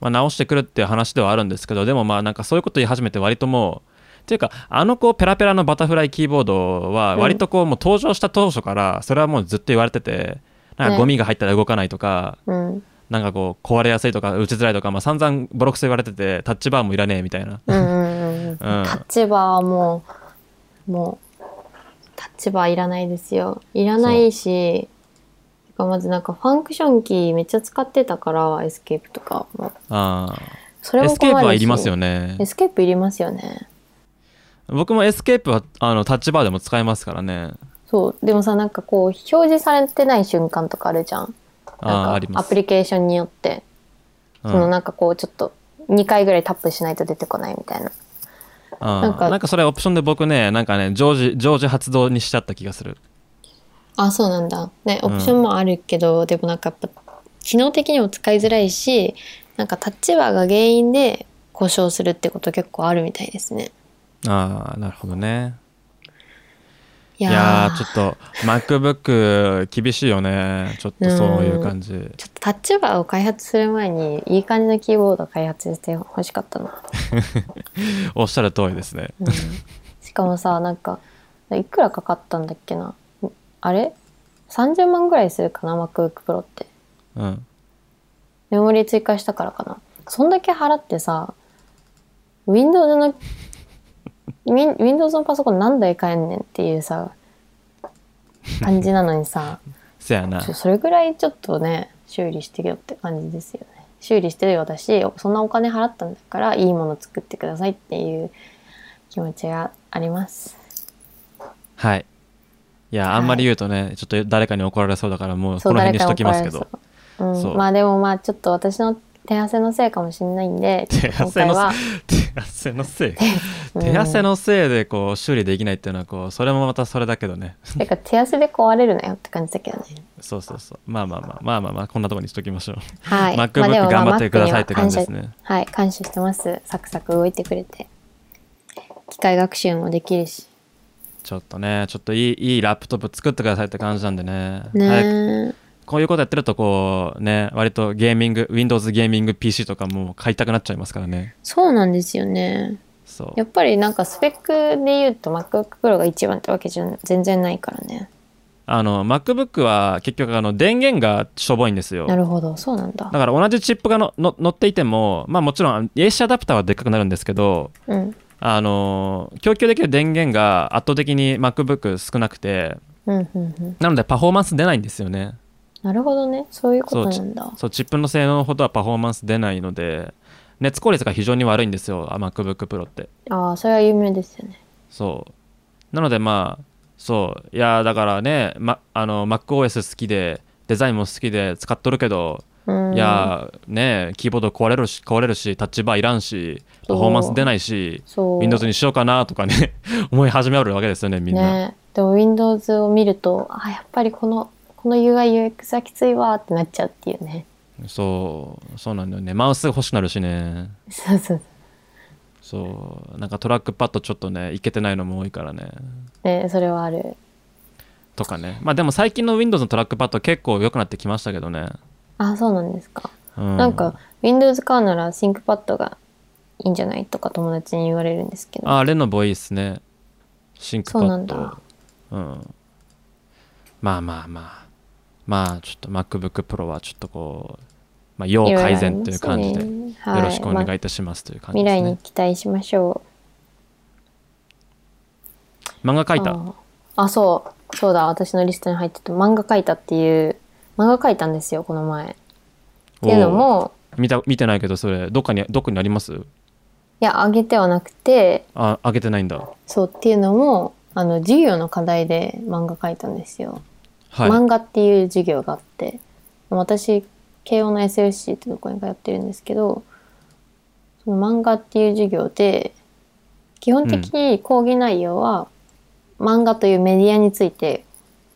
S1: う。まあ直してくるっていう話ではあるんですけど、でもまあなんかそういうこと言い始めて割ともう。っていうかあのこうペラペラのバタフライキーボードは
S2: うん
S1: 割とこうもう登場した当初からそれはもうずっと言われててなんか
S2: ね
S1: ゴミが入ったら動かないとか
S2: うん
S1: なんかこう壊れやすいとか打ちづらいとか、まあ、散々ボロクソ言われててタッチバーもいらねえみたいな
S2: うんうんうんうん、立場はもうもう立場いらないですよいらないしてかまずなんかファンクションキーめっちゃ使ってたからエスケープとかも
S1: あ
S2: そ
S1: ー
S2: れ
S1: エ
S2: も
S1: スケー
S2: 困
S1: プ
S2: る
S1: はい
S2: し
S1: りますよね
S2: エスケープいりますよね
S1: 僕もエスケープはあのタッチバーでも使えますからね
S2: そうでもさなんかこう表示されてない瞬間とかあるじゃん
S1: あー
S2: な
S1: あ
S2: ん
S1: り
S2: か
S1: ま
S2: ア
S1: す
S2: プリケーションによって、
S1: うん
S2: そのなんかこうちょっと2回ぐらいタップしないと出てこないみたいな
S1: あー
S2: なんか
S1: なんかそれオプションで僕ねなんかね常時常時発動にしちゃった気がする
S2: あそうなんだね
S1: う
S2: オ
S1: ん
S2: プションもあるけど、でもなんかやっぱ機能的にも使いづらいしなんかタッチバーが原因で故障するってこと結構あるみたいですね
S1: ああなるほどねい
S2: いや
S1: や
S2: ー
S1: ーちょっと MacBook 厳しいよねちょっとそういう感じ
S2: ちょっとタッチバーを開発する前にいい感じのキーボードを開発してほしかった な、
S1: おっしゃる通りですね
S2: うんしかもさなんかいくらかかったんだっけなあれ30万ぐらいするかな MacBookPro って
S1: うん
S2: メモリー追加したからかなそんだけ払ってさ Windows の Win- Windows のパソコン何台買えんねんっていうさ感じなのに さ
S1: せやな
S2: ちょそれぐらいちょっとね修理してよって感じですよね修理してるよだしそんなお金払ったんだからいいもの作ってくださいっていう気持ちがあります
S1: はいいやあんまり言うとね、ちょっと誰かに怒られそうだからもうこの辺にしときますけど
S2: 誰かに怒られそう
S1: そう
S2: うん、まあでもまあちょっと私の手汗のせいかもしれないんでちょっと今回は
S1: 手汗のせい
S2: うん
S1: 手汗のせいでこう修理できないっていうのはこうそれもまたそれだけどね
S2: てか手汗で壊れるなよって感じだけどね。
S1: そうそうそうまあまあまあまあまあまあこんなとこにしときましょう
S2: はい。
S1: MacBook
S2: まあでもまあ
S1: 頑張ってくださいって感じですね
S2: Mac には感謝はい、感謝してます。サクサク動いてくれて。機械学習もできるし。
S1: ちょっとねちょっといいいいラップトップ作ってくださいって感じなんでね早く
S2: ねえ。
S1: こういうことやってるとこうね割とゲーミング Windows ゲーミング PC とかも買いたくなっちゃいますからね
S2: そうなんですよね。
S1: そ
S2: や
S1: う
S2: っぱりなんかスペックで言うと MacBook Pro が一番ってわけじゃ全然ないからね。
S1: あの MacBook は結局あの電源がしょぼいんですよ
S2: なるほど、そうなんだ
S1: だ。から同じチップがのの乗っていてもまあもちろん AC アダプターはでっかくなるんですけど
S2: うん。
S1: あのー供給できる電源が圧倒的に MacBook 少なくて
S2: うん、うん、うん。
S1: なのでパフォーマンス出ないんですよね
S2: なるほどね。そういうこ
S1: そ
S2: と
S1: う
S2: な
S1: チ
S2: んだ。
S1: そうチップの性能ほどはパフォーマンス出ないので熱効率が非常に悪いんですよあ MacBook Pro って
S2: ああ、それは有名ですよね。
S1: そうなのでまあそういやだからね、ま、あの MacOS 好きでデザインも好きで使っとるけど、
S2: うん。
S1: いやねキーボード壊れるし壊れるしタッチバーいらんしパフォーマンス出ないし
S2: そう。
S1: Windows にしようかなとかね 思い始めるわけですよねみんな、
S2: ねえ、でも Windows を見るとあやっぱりこのこの UIUX はきついわーってなっちゃうっていうね
S1: そうそうなんだよねマウス欲しくなるしね
S2: そうそう
S1: そうなんかトラックパッドちょっとねいけてないのも多いからね
S2: ねそれはある
S1: とかねまあでも最近の Windows のトラックパッド結構良くなってきましたけどね、
S2: あそうなんですか、
S1: う
S2: なんか Windows 買うなら ThinkPad がいいんじゃないとか友達に言われるんですけど
S1: あレノボいいっすねシンクパ
S2: そうな
S1: ッ
S2: ん
S1: ド
S2: だ
S1: うんまあまあまあまあちょっと MacBookPro はちょっとこう、まあ、要
S2: いろいろあり
S1: 改善
S2: ますね
S1: という感じでよ
S2: はい
S1: ろしくお
S2: ま
S1: 願
S2: あ
S1: いいたしますという感じ
S2: 未
S1: です
S2: 来に
S1: ね、
S2: 期待しましょ
S1: 漫画描
S2: う
S1: いた
S2: ああそうそうだ私のリストに入ってた漫画描いたっていう漫画描いたんですよこの前っていうの
S1: おう
S2: も
S1: 見た見てないけどそれどっかにどこにあります
S2: いやあげてはなくて
S1: あ上げてないんだ
S2: そうっていうのもあの授業の課題で漫画描いたんですよ、
S1: はい
S2: 漫画っていう授業があって私慶応の SFC ってとこに通ってるんですけどその漫画っていう授業で基本的に講義内容は、漫画というメディアについて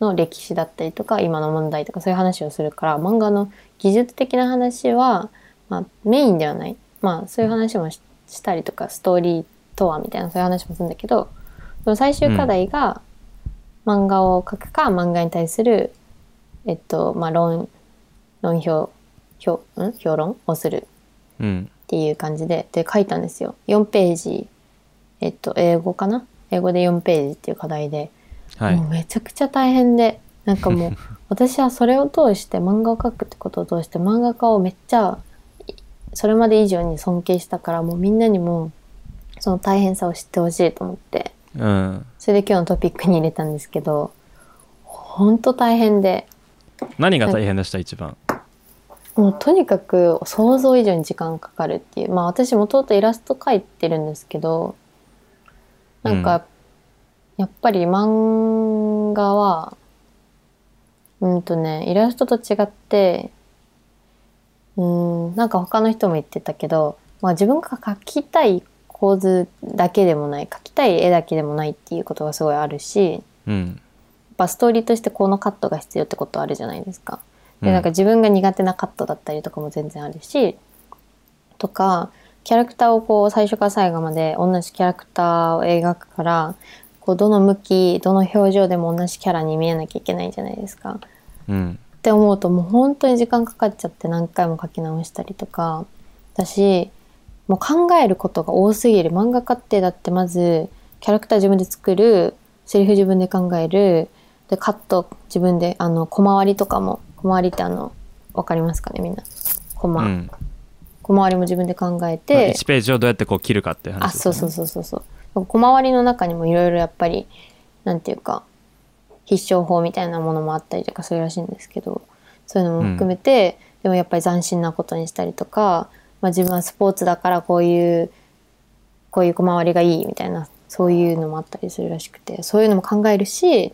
S2: の歴史だったりとか今の問題とかそういう話をするから漫画の技術的な話は、まあ、メインではない、まあ、そういう話もししたりとかストーリーとはみたいなそういう話もするんだけどその最終課題が漫画を描くか漫画に対する、えっとまあ、論論評評ん評論をする
S1: うん
S2: っていう感じでで書いたんですよ4ページえっと英語かな英語で4ページっていう課題で、
S1: はい、
S2: もうめちゃくちゃ大変でなん かもう私はそれを通して漫画を描くってことを通して漫画家をめっちゃいそれまで以上に尊敬したからもうみんなにもその大変さを知ってほしいと思って
S1: うん
S2: それで今日のトピックに入れたんですけどほんと大変で
S1: 何が大変でした一番
S2: もうとにかく想像以上に時間かかるっていうまあ私もとうとうイラスト描いてるんですけどなんか、やっぱり漫画はうんとねイラストと違ってうんなんか他の人も言ってたけど、まあ、自分が描きたい構図だけでもない描きたい絵だけでもないっていうことがすごいあるしやっ
S1: うん
S2: ぱストーリーとしてこのカットが必要ってことあるじゃないですか。
S1: う
S2: でなんか自分が苦手なカットだったりとかも全然あるしとかキャラクターをこう最初から最後まで同じキャラクターを描くからこうどの向きどの表情でも同じキャラに見えなきゃいけないじゃないですか。
S1: うん
S2: って思うともう本当に時間かかっちゃって何回も書き直したりとかだしもう考えることが多すぎる漫画家ってだってまずキャラクター自分で作るセリフ自分で考えるでカット自分であの小回りとかも小回りってあのわかりますかねみんな小
S1: う
S2: 回,、
S1: ん
S2: 小回りも自分で考えて
S1: 1ページをどうやってこう切るかっていう話
S2: あそうそううそうそうそう小回りの中にもいろいろやっぱりなんていうか必勝法みたいなものもあったりとかするらしいんですけどそういうのも含めて、でもやっぱり斬新なことにしたりとか、まあ、自分はスポーツだからこういうこういう小回りがいいみたいなそういうのもあったりするらしくてそういうのも考えるし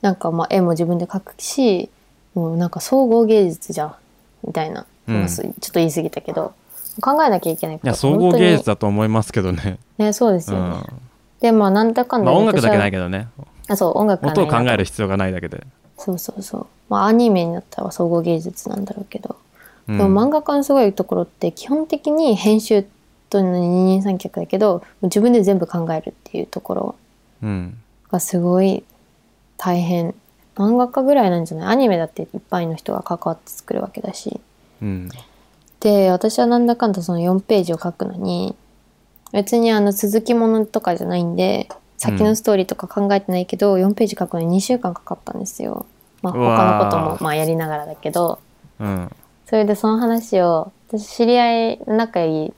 S2: なんかまあ絵も自分で描くしもうなんか総合芸術じゃんみたいな、
S1: うん
S2: まあすちょっと言い過ぎたけど考えなきゃいけないこと
S1: や総合芸術だと思いますけどね
S2: ね、そうです
S1: う
S2: よ
S1: ん
S2: ね。で、まあ、なんだかん
S1: ま
S2: だ
S1: あ
S2: 言
S1: 音
S2: うと
S1: 楽だけない
S2: け
S1: けどね
S2: あ、そう、音楽はな
S1: 音
S2: い
S1: を考え
S2: る。
S1: る必要がないだけで、
S2: そうそうそう。まあ、アニメになったら総合芸術なんだろうけど。
S1: うん、
S2: でも、漫画家のすごいところって、基本的に編集との二人三脚だけど、もう自分で全部考えるっていうところ
S1: うん
S2: がすごい大変。漫画家ぐらいなんじゃないアニメだっていっぱいの人が関わって作るわけだし。
S1: うん
S2: で私はなんだかんだその4ページを書くのに別にあの続きものとかじゃないんで先のストーリーとか考えてないけど、4ページ書くのに2週間かかったんですよ、まあ、
S1: うわー
S2: 他のこともまあやりながらだけど
S1: うん
S2: それでその話を私知り合い仲いい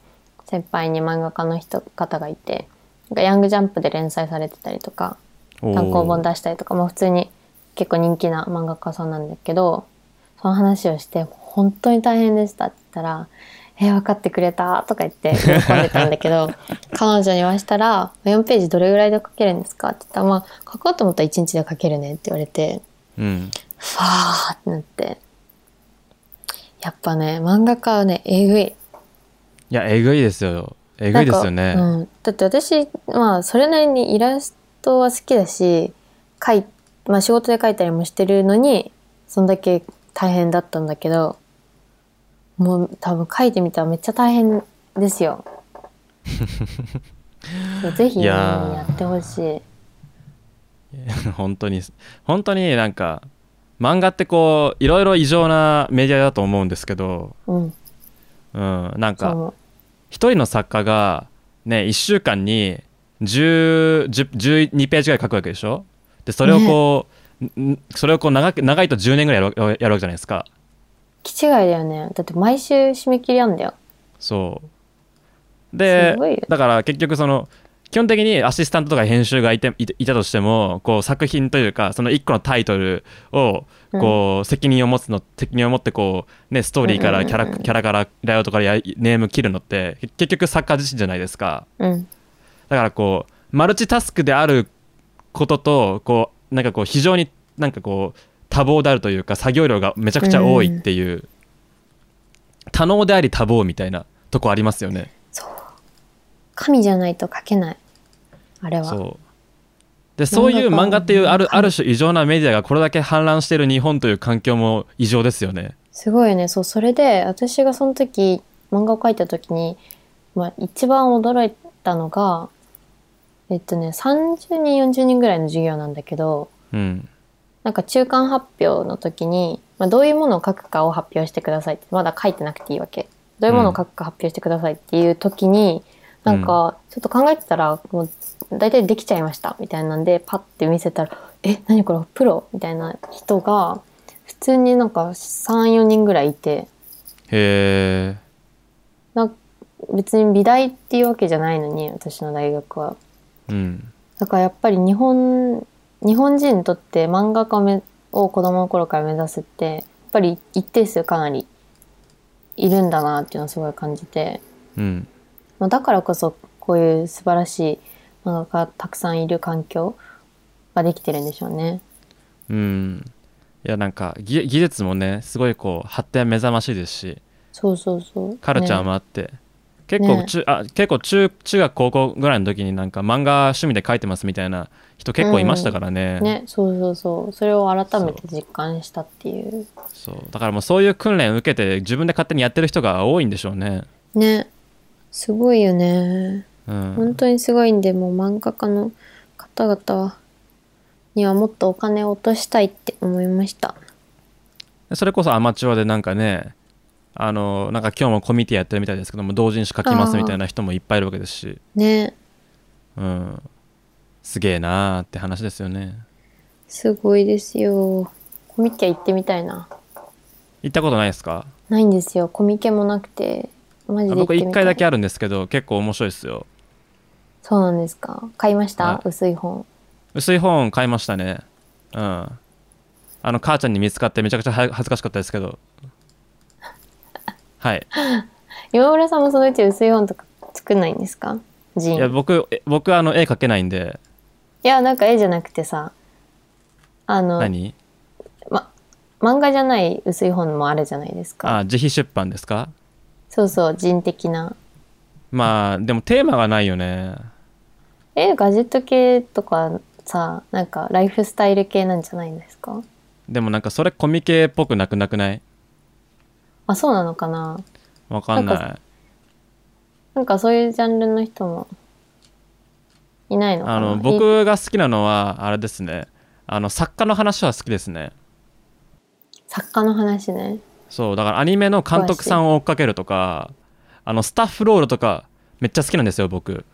S2: 先輩に漫画家の人方がいてなんかヤングジャンプで連載されてたりとか
S1: おー
S2: 単行本出したりとかも普通に結構人気な漫画家さんなんだけどその話をして「本当に大変でした」って言ったら「え分かってくれた」とか言って喜んでたんだ けど彼女にはしたら「4ページどれぐらいで書けるんですか?」って言ったら「まあ書こうと思ったら1日で書けるね」って言われて
S1: うん
S2: 「ふわー」ってなってやっぱね漫画家はねえぐい。
S1: いやえぐいですよえぐいですよね、
S2: なんかうん、だって私まあそれなりにイラストは好きだし書い、まあ、仕事で書いたりもしてるのにそんだけ大変だったんだけどもう多分書いてみたらめっちゃ大変で すよ。そうぜひ
S1: い
S2: ね
S1: やー
S2: やってほしい。
S1: 本当に本当になんか漫画ってこういろいろ異常なメディアだと思うんですけど、
S2: うん、
S1: うん、なん
S2: そう
S1: か
S2: 思
S1: 一人の作家がね1週間に10 10 12ページぐらい書くわけでしょでそれをこう、んそれをこう長く長いと10年ぐらいやるわやるわけじゃないですか
S2: 気違いだよねだって毎週締め切りあんだよ。
S1: そうです
S2: ごいよ
S1: だから結局その基本的にアシスタントとか編集がいていていたとしてもこう作品というかその1個のタイトルをこう、責任を持つの責任を持ってこう、ね、ストーリーか
S2: うん
S1: ら
S2: うん
S1: キ
S2: うん
S1: ャラ,、キャラからライアウトからやネーム切るのってけ結局作家自身じゃないですか
S2: うん、
S1: だからこうマルチタスクであることとこうなんかこう非常になんかこう多忙であるというか作業量がめちゃくちゃ多いっていう、多能であり多忙みたいなとこありますよね。
S2: そう神じゃないと書けないあれは。
S1: そうでそういう漫画っていうあるある種異常なメディアがこれだけ氾濫してる日本という環境も異常ですよね。
S2: すごいねそうそれで私がその時漫画を描いた時に、まあ、一番驚いたのがえっとね30人40人ぐらいの授業なんだけど
S1: うん、
S2: なんか中間発表の時に、まあ、どういうものを書くかを発表してくださいってまだ書いてなくていいわけどういうものを書くか発表してくださいっていう時に、
S1: うん
S2: なんかちょっと考えてたらもう大体できちゃいましたみたいなんでパッて見せたら「え何これプロ?」みたいな人が普通になんか34人ぐらいいて。
S1: へえ。
S2: なん別に美大っていうわけじゃないのに私の大学は
S1: うん
S2: だからやっぱり日本日本人にとって漫画家をめを子供の頃から目指すってやっぱり一定数かなりいるんだなっていうのをすごい感じて、
S1: うん
S2: まあ、だからこそこういう素晴らしい漫画家がたくさんいる環境ができてるんでしょうね。
S1: うんいやなんか技技術もねすごいこう発展目覚ましいですし
S2: そうそうそう。
S1: カルチャー
S2: ね
S1: もあって、結構
S2: ね
S1: 中あ結構中中学高校ぐらいの時になんか漫画趣味で書いてますみたいな人結構いましたからね,、
S2: ね、そうそうそう。それを改めて実感したっていう。
S1: そうだからもうそういう訓練を受けて自分で勝手にやってる人が多いんでしょうね、
S2: ね。すごいよね。
S1: うん、
S2: 本当にすごいんで、もう漫画家の方々はにはもっとお金を落としたいって思いました。
S1: でそれこそアマチュアでなんかねあのなんか今日もコミュニティやってるみたいですけども同人誌書きますみたいな人もいっぱいいるわけですし、
S2: ね。
S1: うん、すげえなーって話ですよね
S2: すごいですよ。コミケ行ってみたいな。
S1: 行ったことないですか
S2: ないんですよ。コミケもなくて。マジ
S1: あ
S2: で行っ
S1: 僕
S2: てみたい。
S1: 1回だけあるんですけど結構面白いですよ
S2: そうなんですか。買いました
S1: は
S2: 薄い本。
S1: 薄い本買いましたねうんあの母ちゃんに見つかってめちゃくちゃは恥ずかしかったですけどはい
S2: 今村さんもそのうち薄い本とか作んないんですかジン。
S1: い
S2: い
S1: や
S2: や
S1: 僕え僕あの絵描けないんで
S2: なんか絵じゃなくてさ。あの、
S1: 何
S2: 漫画じゃない薄い本もあるじゃないですか。
S1: あ自費出版ですか
S2: そうそう、人的な。
S1: まあでもテーマがないよね
S2: え、ガジェット系とかさ、なんかライフスタイル系なんじゃないんですか
S1: でもなんかそれコミケっぽくなくなくない
S2: あ、そうなのかな
S1: わかんない
S2: なんなんかそういうジャンルの人もいないのかな
S1: あの
S2: い
S1: 僕が好きなのはあれですねあの作家の話は好きですね
S2: 作家の話ね。
S1: そうだからアニメの監督さんを追っかけるとかあのスタッフロールとかめっちゃ好きなんですよ僕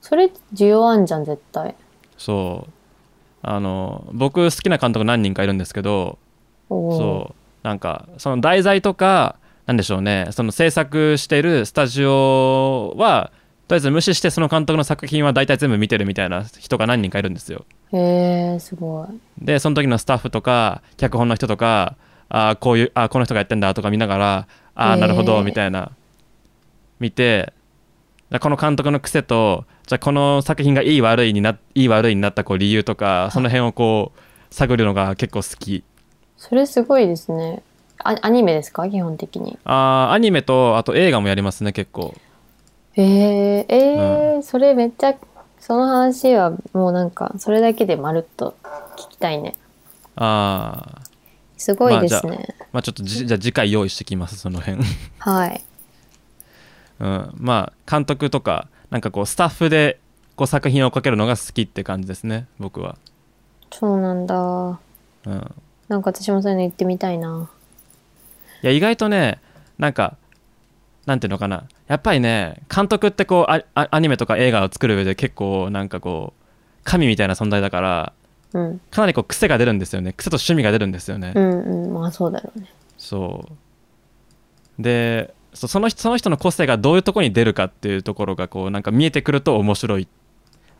S2: それ需要あんじゃん、絶対。
S1: そうあの僕好きな監督何人かいるんですけど
S2: おー
S1: そうなんかその題材とかなんでしょうねその制作してるスタジオはとりあえず無視してその監督の作品は大体全部見てるみたいな人が何人かいるんですよ
S2: へえ、すごい。
S1: でその時のスタッフとか脚本の人とかあーこういうあーこの人がやってんだとか見ながらあー
S2: へー
S1: なるほどみたいな見てだこの監督の癖とじゃあこの作品がいい悪いにないい悪いになったこう理由とかその辺をこう探るのが結構好き
S2: それすごいですね。あアニメですか基本的に。
S1: あーアニメとあと映画もやりますね結構
S2: へえ、えーそれめっちゃ、その話はもうなんか、それだけでまるっと聞きたいね。
S1: あー
S2: すごいですね。
S1: まあちょっとじじゃあ次回用意してきますその辺 うん
S2: はい。
S1: まあ監督とかなんかこうスタッフでこう作品をかけるのが好きって感じですね僕は
S2: そうなんだ。
S1: うん
S2: なんか私もそういうの言ってみたいな。
S1: いや意外とねなんかなんていうのかなやっぱりね監督ってこうああアニメとか映画を作る上で結構なんかこう神みたいな存在だから
S2: うん。
S1: かなりこう癖が出るんですよね癖と趣味が出るんですよね、
S2: うんうん。まあそうだろうね。
S1: そうでそその人その人の個性がどういうところに出るかっていうところがこうなんか見えてくると面白い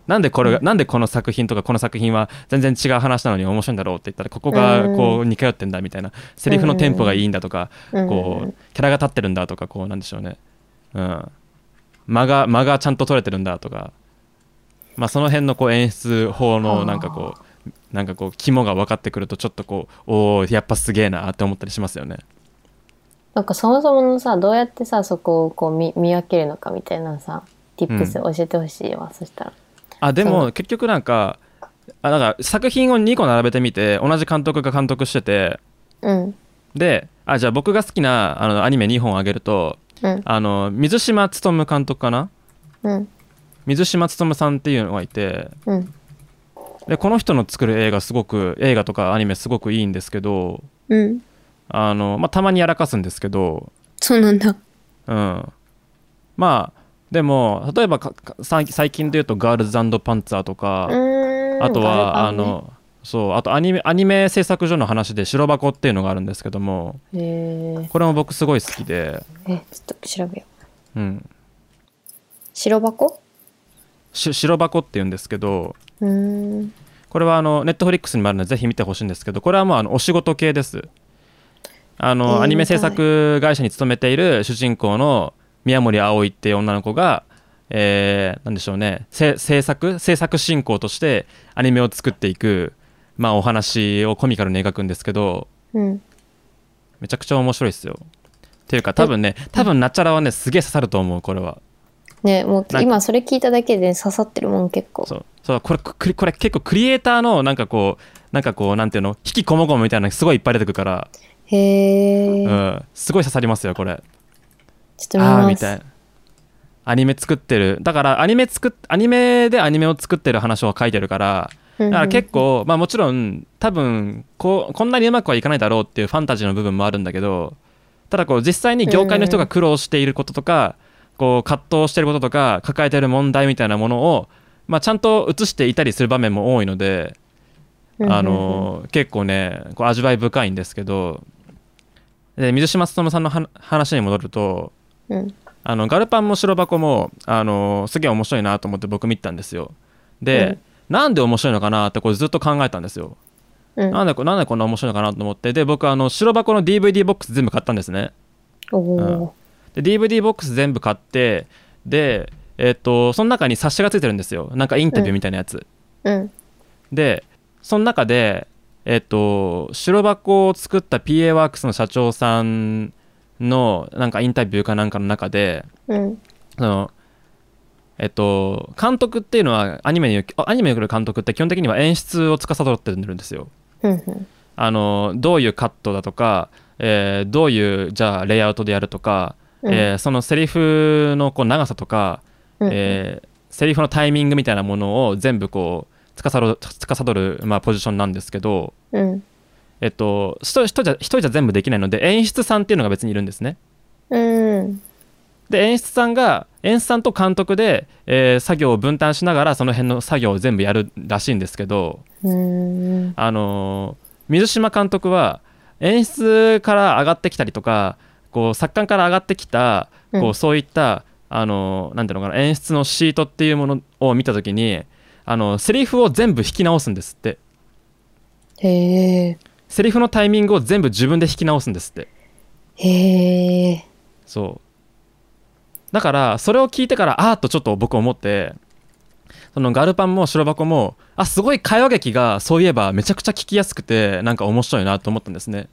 S1: なんでこれが、
S2: うん
S1: なんでこの作品とかこの作品は全然違う話なのに面白いんだろうって言ったらここがこう似通ってんだみたいなセリフのテンポがいいんだとか、
S2: うん
S1: こうキャラが立ってるんだとかこうなんでしょうね、うん、間が間がちゃんと取れてるんだとか、まあ、その辺のこう演出法
S2: あ
S1: の
S2: ー
S1: なんかこうなんかこう肝が分かってくるとちょっとこうおおやっぱすげえなって思ったりしますよね
S2: なんかそもそものさ、どうやってさ、そこをこう見見分けるのかみたいなさ、tips 教えてほしいわ、そしたら。
S1: あで
S2: そ
S1: も結局なんかあなんか作品を2個並べてみて同じ監督が監督してて
S2: うん。
S1: であじゃあ僕が好きなあのアニメ2本あげると
S2: うん。
S1: あの水島勉監督かな
S2: うん。
S1: 水島勉さんっていうのがいて
S2: うん。
S1: でこの人の作る映画すごく映画とかアニメすごくいいんですけど
S2: うん。
S1: あの、まあ、たまにやらかすんですけど、
S2: そうなんだ。
S1: うん、まあでも例えばかか最最近で言うと「ガールズパンツァー」と
S2: う
S1: か、
S2: ーん。
S1: あとはあ
S2: ガルパンね。
S1: のそうあとアニメアニメ制作所の話で「白箱」っていうのがあるんですけども
S2: へ
S1: これも僕すごい好きで、
S2: えー。え、ちょっと調べよ
S1: うん、
S2: 白箱
S1: し白箱って言うんですけど
S2: うーん
S1: これはあのネットフリックスにもあるのでぜひ見てほしいんですけどこれはもうあのお仕事系ですあ
S2: えー
S1: のアニメ制作会社に勤めている主人公の宮森葵っていう女の子が、えー、なんでしょうねせ制作制作進行としてアニメを作っていく、まあ、お話をコミカルに描くんですけど
S2: うん
S1: めちゃくちゃ面白いですよっていうか多分ね多分なっちゃらはねすげえ刺さると思うこれは
S2: ねもう
S1: なん
S2: 今それ聞いただけで刺さってるもん結構
S1: そうそうこれクリこれ結構クリエイターのなんかこうなんかこうなんていうの引きこもごもみたいなのがすごいいっぱい出てくるから、
S2: へえ、
S1: うん、すごい刺さりますよこれあ
S2: ちょっと見
S1: あー
S2: ま
S1: み
S2: す
S1: たいなアニメ作ってるだからアニメ作っアニメでアニメを作ってる話を書いてるから
S2: うんう
S1: だか
S2: ん
S1: ら結構、まあもちろん多分こうこんなにうまくはいかないだろうっていうファンタジーの部分もあるんだけどただこう実際に業界の人が苦労していることとか、こう葛藤していることとか抱えている問題みたいなものを、まあ、ちゃんと映していたりする場面も多いので、
S2: うんうんうん
S1: あの結構ねこう味わい深いんですけどで水島努さんのは話に戻ると
S2: うん
S1: あのガルパンも白箱もあのすげえ面白いなと思って僕見てたんですよで、なんで面白いのかなってこうずっと考えたんですよ、
S2: うん
S1: なんでこなんでこんな面白いのかなと思ってで僕あの白箱の DVD ボックス全部買ったんですね
S2: おお
S1: で DVD ボックス全部買ってでえっとその中に冊子がついてるんですよなんかインタビューみたいなやつ、
S2: うん
S1: でその中でえっと白箱を作った PA ワークスの社長さんのなんかインタビューかなんかの中で
S2: うん
S1: そのえっと監督っていうのはアニメにあアニメに来る監督って基本的には演出を司ってるんですよ
S2: うんうん
S1: あのどういうカットだとか、えーどういうじゃあレイアウトでやるとか、
S2: うん
S1: えーそのセリフのこう長さとか、
S2: うん
S1: えーセリフのタイミングみたいなものを全部こう司る司る、まあ、ポジションなんですけど、
S2: うん
S1: えっと、一人一人じゃ一人じゃ全部できないので演出さんっていうのが別にいるんですね。
S2: うん
S1: で演出さんが演出さんと監督で、えー作業を分担しながらその辺の作業を全部やるらしいんですけど、
S2: うん
S1: あのー水島監督は演出から上がってきたりとかこう作家から上がってきたこ
S2: うん
S1: うそういった、あのーなんていうのかな演出のシートっていうものを見た時にあのセリフを全部引き直すんですって
S2: へえ
S1: セリフのタイミングを全部自分で引き直すんですって
S2: へえ
S1: そうだからそれを聞いてからあーっとちょっと僕思ってそのガルパンも白箱もあすごい会話劇がそういえばめちゃくちゃ聞きやすくてなんか面白いなと思ったんですね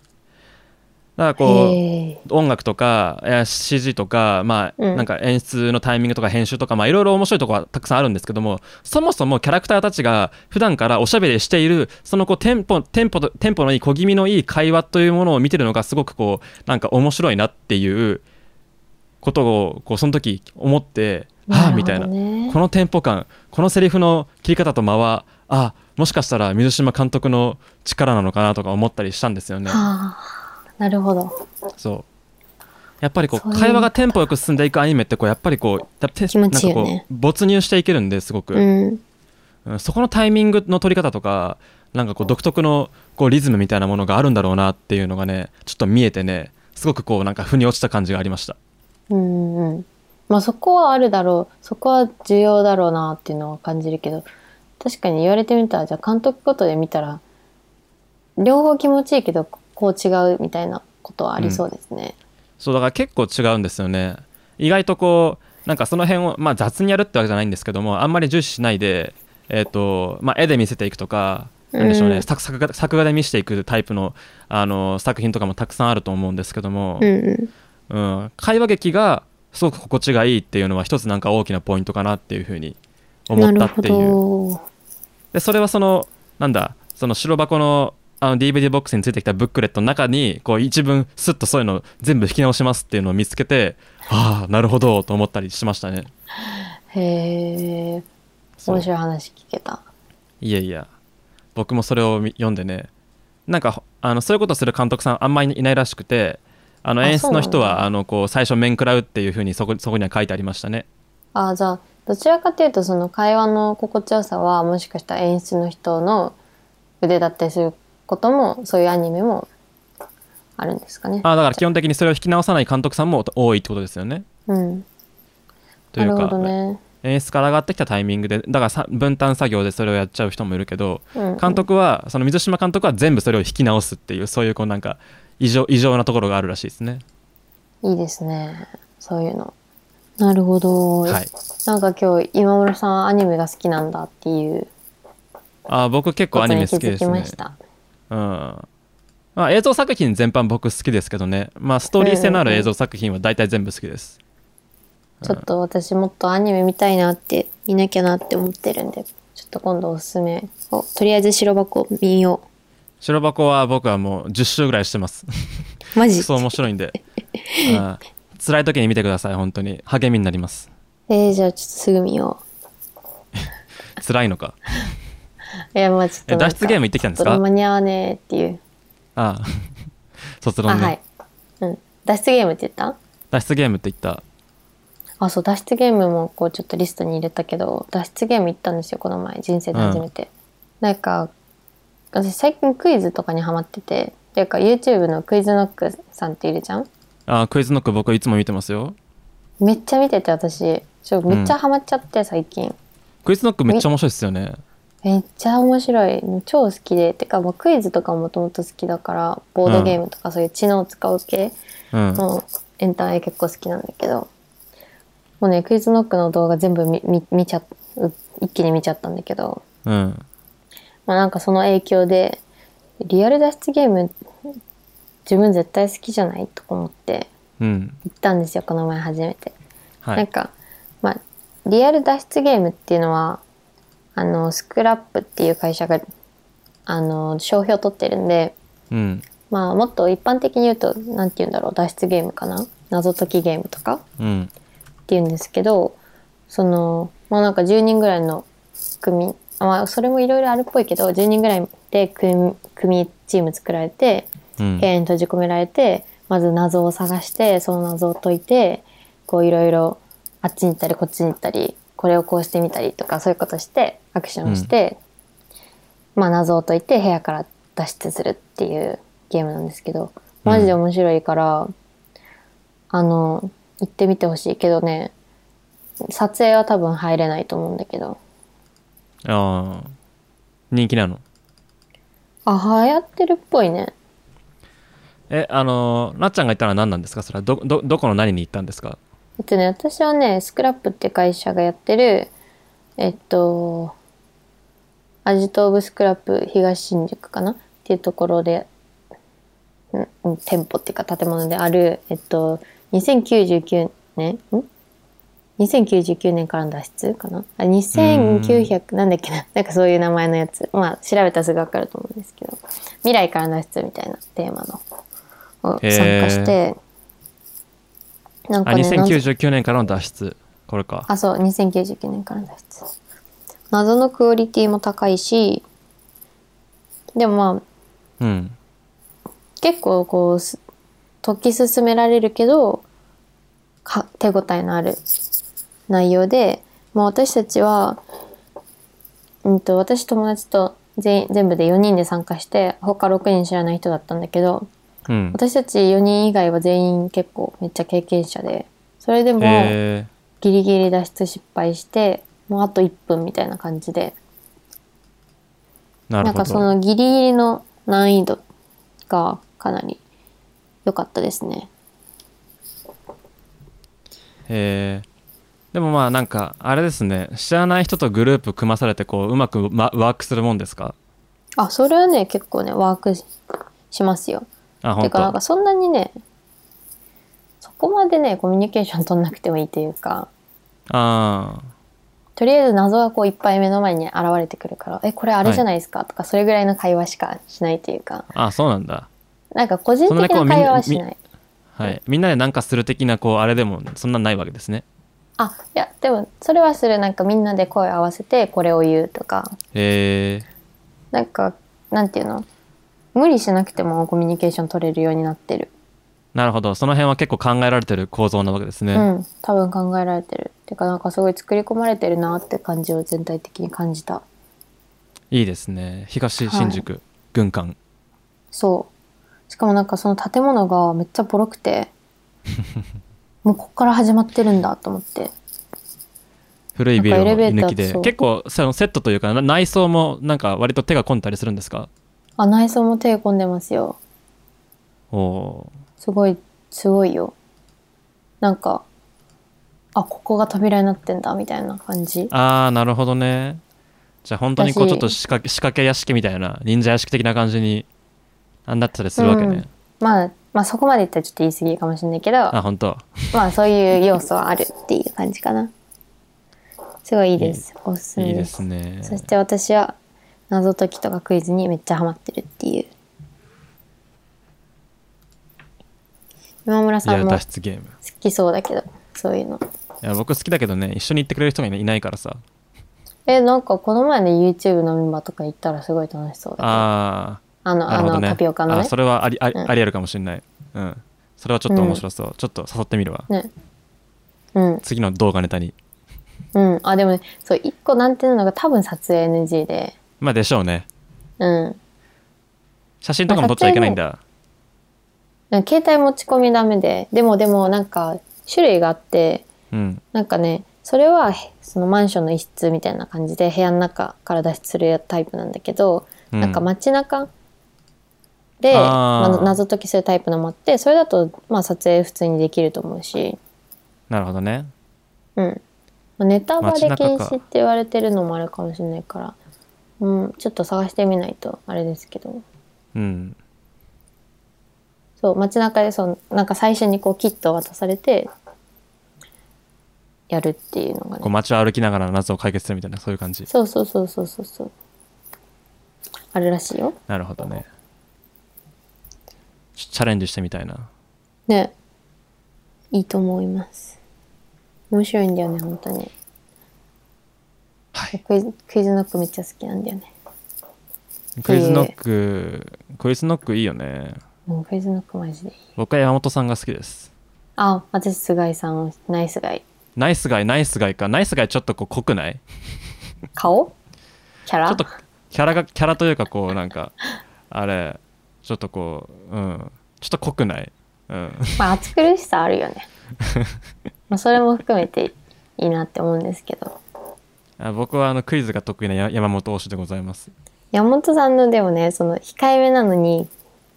S1: だからこ
S2: へえ
S1: う音楽とかえー CG とか,、まあ
S2: うん
S1: なんか演出のタイミングとか編集とかまあいろいろ面白いところはたくさんあるんですけどもそもそもキャラクターたちが普段からおしゃべりしているそのこうテンポテンポとテンポのいい小気味のいい会話というものを見てるのがすごくこうなんか面白いなっていうことをこうその時思って、はあみたいな
S2: るほどね
S1: このテンポ感このセリフの切り方と間はあもしかしたら水島監督の力なのかなとか思ったりしたんですよね。
S2: はあなるほど
S1: そうやっぱりこ
S2: そうういう
S1: 会話がテンポよく進んでいくアニメってこうやっぱりこうだって
S2: 気持ちいいよね
S1: なんかこう没入していけるんですごく、
S2: うん
S1: うんそこのタイミングの取り方とかなんかこう独特のこうリズムみたいなものがあるんだろうなっていうのがねちょっと見えてねすごくこうなんか腑に落ちた感じがありました
S2: うんうんまあそこはあるだろうそこは重要だろうなっていうのは感じるけど確かに言われてみたらじゃあ監督ごとで見たら両方気持ちいいけどこう違うみたいなことはありそうですね。
S1: そうだから結構違うんですよね意外とこうなんかその辺を、まあ、雑にやるってわけじゃないんですけどもあんまり重視しないで、えーとまあ、絵で見せていくとかなんでしょうね、
S2: うん
S1: 作作画作画で見せていくタイプのあの作品とかもたくさんあると思うんですけども、
S2: うんう
S1: う
S2: ん
S1: ん、会話劇がすごく心地がいいっていうのは一つなんか大きなポイントかなっていうふうに思
S2: な
S1: っ
S2: る
S1: た
S2: ほ
S1: っていう
S2: ど。
S1: でそれはそのなんだその白箱のあの DVD ボックスについてきたブックレットの中にこう一文スッとそういうの全部引き直しますっていうのを見つけてああなるほどと思ったりしましたね
S2: へえ
S1: そう
S2: 面白い話聞けた。
S1: いやいや僕もそれを見読んでねなんかあのそういうことする監督さんあんまりいないらしくてあの
S2: あ
S1: 演出の人
S2: そうなん
S1: は
S2: だ
S1: あのこう最初面食らうっていうふうにそこそこには書いてありましたね
S2: あじゃあどちらかというとその会話の心地よさはもしかしたら演出の人の腕だったりすることもそういうアニメもあるんですかね。
S1: あだから基本的にそれを引き直さない監督さんも多いってことですよね
S2: うん。
S1: という
S2: なるほ
S1: か、
S2: どね。
S1: 演出から上がってきたタイミングでだからさ分担作業でそれをやっちゃう人もいるけど
S2: うん
S1: 監督はその水島監督は全部それを引き直すっていうそういうこうなんか異常異常なところがあるらしいですね。
S2: いいですね。そういうの。なるほど。
S1: はい、
S2: なんか今日、今村さんアニメが好きなんだっていう
S1: あー僕結構
S2: こ
S1: ア
S2: と
S1: ニ
S2: に
S1: メ
S2: 気
S1: 好き
S2: づ
S1: で
S2: き
S1: すね
S2: ま。した。
S1: うんまあ、映像作品全般僕好きですけどね、まあ、ストーリー性のある映像作品は大体全部好きです。
S2: ちょっと私もっとアニメ見たいなって、見なきゃなって思ってるんで、ちょっと今度おすすめを、とりあえず白箱見よ
S1: 白箱は僕はもう10周ぐらいして ます。
S2: う。マジ
S1: そう面白いんで。うん辛い時に見てください、本当に。励みになります。
S2: えー、じゃあちょっとすぐ見よ
S1: 辛いのか。
S2: う。いや、まあちょっと
S1: え
S2: なんか。
S1: 脱出ゲーム行ってきたんです
S2: ちょっと
S1: か
S2: 間に合わねえっていう。
S1: ああ卒
S2: あ、
S1: 論ね、
S2: はい。うん。脱出ゲームって言った
S1: 脱出ゲームって言った。
S2: あ、そう、脱出ゲームもこうちょっとリストに入れたけど、脱出ゲーム行ったんですよ、この前、人生で初めて。なんか、私最近クイズとかにハマってて、っていうか YouTube のクイズノックさんっているじゃん
S1: ああクイズノック僕いつも見てますよ。
S2: めっちゃ見てて私、ちょめっちゃハマっちゃって最近。
S1: クイズノックめっちゃ面白いですよね。
S2: めっちゃ面白い。超好きで。てかもうクイズとかもともと好きだから、ボードゲームとかそういう知能を使う系
S1: うん。
S2: のエンタメ結構好きなんだけど、もうね、クイズノックの動画全部見見見ちゃ、う一気に見ちゃったんだけど、
S1: うん。
S2: まあ、なんかその影響でリアル脱出ゲーム自分絶対好きじゃないとか思って
S1: うん。
S2: 行ったんですよこの前初めて、
S1: は
S2: なん
S1: い。
S2: か、まあ、リアル脱出ゲームっていうのはあのスクラップっていう会社があの商標を取ってるんで、
S1: うん。
S2: まあ、もっと一般的に言うと何て言うんだろう脱出ゲームかな謎解きゲームとか
S1: うん。
S2: っていうんですけどそのまあなんか10人ぐらいの組まあそれもいろいろあるっぽいけど10人ぐらいで組組チーム作られて
S1: うん
S2: 部。屋に閉じ込められてまず謎を探してその謎を解いてこういろいろあっちに行ったりこっちに行ったりこれをこうしてみたりとかそういうことしてアクションをして、まあ謎を解いて部屋から脱出するっていうゲームなんですけどマジで面白いから、あの行ってみてほしいけどね撮影は多分入れないと思うんだけど
S1: ああ。人気なの。
S2: あ流行ってるっぽいね
S1: え、あのーなっちゃんが行ったのは何なんですかそれはど、ど、どこの何に行ったんですか
S2: えっとね、私はね、スクラップって会社がやってる、えっと、アジト・オブ・スクラップ東新宿かなっていうところで、んん店舗っていうか建物である、えっと、2099年、ん ?2099 年からの脱出かなあ、2900、なんだっけな なんかそういう名前のやつ。まあ、調べたらすぐわかると思うんですけど、未来からの脱出みたいなテーマの、を参加して、なん
S1: あ、
S2: かね、
S1: 2099年からの脱出。これか。
S2: あ、そう、2099年からの脱出。謎のクオリティも高いし、でもまあ、
S1: うん。
S2: 結構こう、す解き進められるけど、か手応えのある内容で、まあ私たちは、うんと、私友達と全員全部で4人で参加して、他6人知らない人だったんだけど、
S1: うん。
S2: 私たち4人以外は全員結構めっちゃ経験者で、それでも、
S1: え
S2: ギリギリ脱出失敗してもうあと1分みたいな感じで
S1: ー、な
S2: な
S1: る
S2: ん
S1: ほ
S2: かそ
S1: ど。
S2: のギリギリの難易度がかなり良かったですね
S1: えーでもまあなんか、あれですね。知らない人とグループ組まされて、こう、うまく、ま、ワークするもんですか
S2: あそれはね結構ねワークししますよ
S1: あ、
S2: て
S1: 本
S2: かなんか
S1: 当。
S2: そんなにねそこまでねコミュニケーション取んなくてもいいというか
S1: あ
S2: とりあえず謎がこういっぱい目の前に現れてくるから「えこれあれじゃないですかとかそれぐらいの会話しかしないというか
S1: あ。あ、そうなんだ。
S2: なんか個人
S1: そんな
S2: 的
S1: こう
S2: な
S1: みん
S2: 会話はしない
S1: はい。みんなでなんかする的な、こう、あれでも、そんなんないわけですね。
S2: あいやでもそれはするなんかみんなで声を合わせてこれを言うとか
S1: え
S2: なんかなんていうの無理しなくてもコミュニケーション取れるようになってる、
S1: ーなるほど。その辺は結構考えられてる構造なわけですね。
S2: うん多分考えられてるてかなんかすごい作り込まれてるなって感じを全体的に感じた
S1: いいですね。東新宿、軍艦。
S2: そうしかもなんかその建物がめっちゃボロくてもうこっから始まってるんだと思って
S1: 古いビルを
S2: なんかエレベ
S1: 抜
S2: ーター
S1: きで
S2: そう
S1: 結構そのセットというかな内装もなんか割と手が込んだりするんですか
S2: あ、内装も手込んでますよ。
S1: おー
S2: すごい、すごいよ。なんか、あ、ここが扉になってんだ、みたいな感じ。
S1: ああなるほどねじゃあ本当にこう
S2: 私
S1: ちょっと仕掛け仕掛け屋敷みたいな忍者屋敷的な感じにあなってたりするわけね、
S2: うんまあ、まあそこまで言ったらちょっと言い過ぎかもしれないけど、
S1: あ本当
S2: まあそういう要素はあるっていう感じかな。すごいいいです。おすす
S1: い
S2: め
S1: い
S2: で。
S1: ですすね
S2: そして私は謎解きとかクイズにめっちゃハマってるっていう。今村
S1: リ
S2: さ
S1: ア
S2: ん
S1: ル
S2: も好
S1: 脱出ゲーム
S2: きそうだけど、そういうの。
S1: いや僕好きだけどね一緒に行ってくれる人がいないからさ
S2: え、なんかこの前の YouTube のメンバーとか行ったらすごい楽しそうだけど。あ
S1: あ
S2: の、
S1: あな
S2: あ
S1: るほど
S2: の
S1: ね
S2: タピオカの
S1: あ
S2: ね
S1: そ。れはありあり,、
S2: うん
S1: ありえるかもしれないうんそれはちょっと面白そう、ちょっと誘ってみるわ
S2: ね。うん。
S1: 次の動画ネタに
S2: うん。あ、でもね、そう、一個なんていうのが多分撮影 NG で。
S1: まあでしょうね
S2: うん。
S1: 写真とかも撮っちゃいけないんだ
S2: なんか携帯持ち込みダメででもでもなんか種類があって
S1: うん
S2: なんかねそれはへそのマンションの一室みたいな感じで部屋の中から脱出するタイプなんだけど、
S1: うん
S2: なんか街中で
S1: あー
S2: まあ謎解きするタイプのもあってそれだとまあ撮影普通にできると思うし、
S1: なるほどね
S2: うんまあ、ネタバレ
S1: 街中か
S2: 禁止って言われてるのもあるかもしれないから、うん、ちょっと探してみないとあれですけど。
S1: うん
S2: そう街中でそのなんか最初にこうキットを渡されてやるっていうのが
S1: こう
S2: ね
S1: 街を歩きながら謎を解決するみたいなそういう感じ
S2: そうそうそうそうそうそうあるらしいよ
S1: なるほどねちょチャレンジしてみたいな
S2: ねいいと思います面白いんだよね本当に
S1: はい
S2: クイズクイズノックめっちゃ好きなんだよね
S1: クイズノッククイズノックいいよね
S2: もうクイズノックマジでいい
S1: 僕は山本さんが好きです
S2: あ私菅井さんをナイスガイ
S1: ナイスガイナイスガイかナイスガイちょっとこう濃くない
S2: 顔キャラ
S1: ちょっとキャラがキャラというかこうなん かあれちょっとこううんちょっと濃くない、うん、
S2: まあ暑苦しさある よねまあそれも含めていいなって思うんですけど
S1: あ僕はあのクイズが得意なや山本推しでございます
S2: 山本さんのでもねその控えめなのに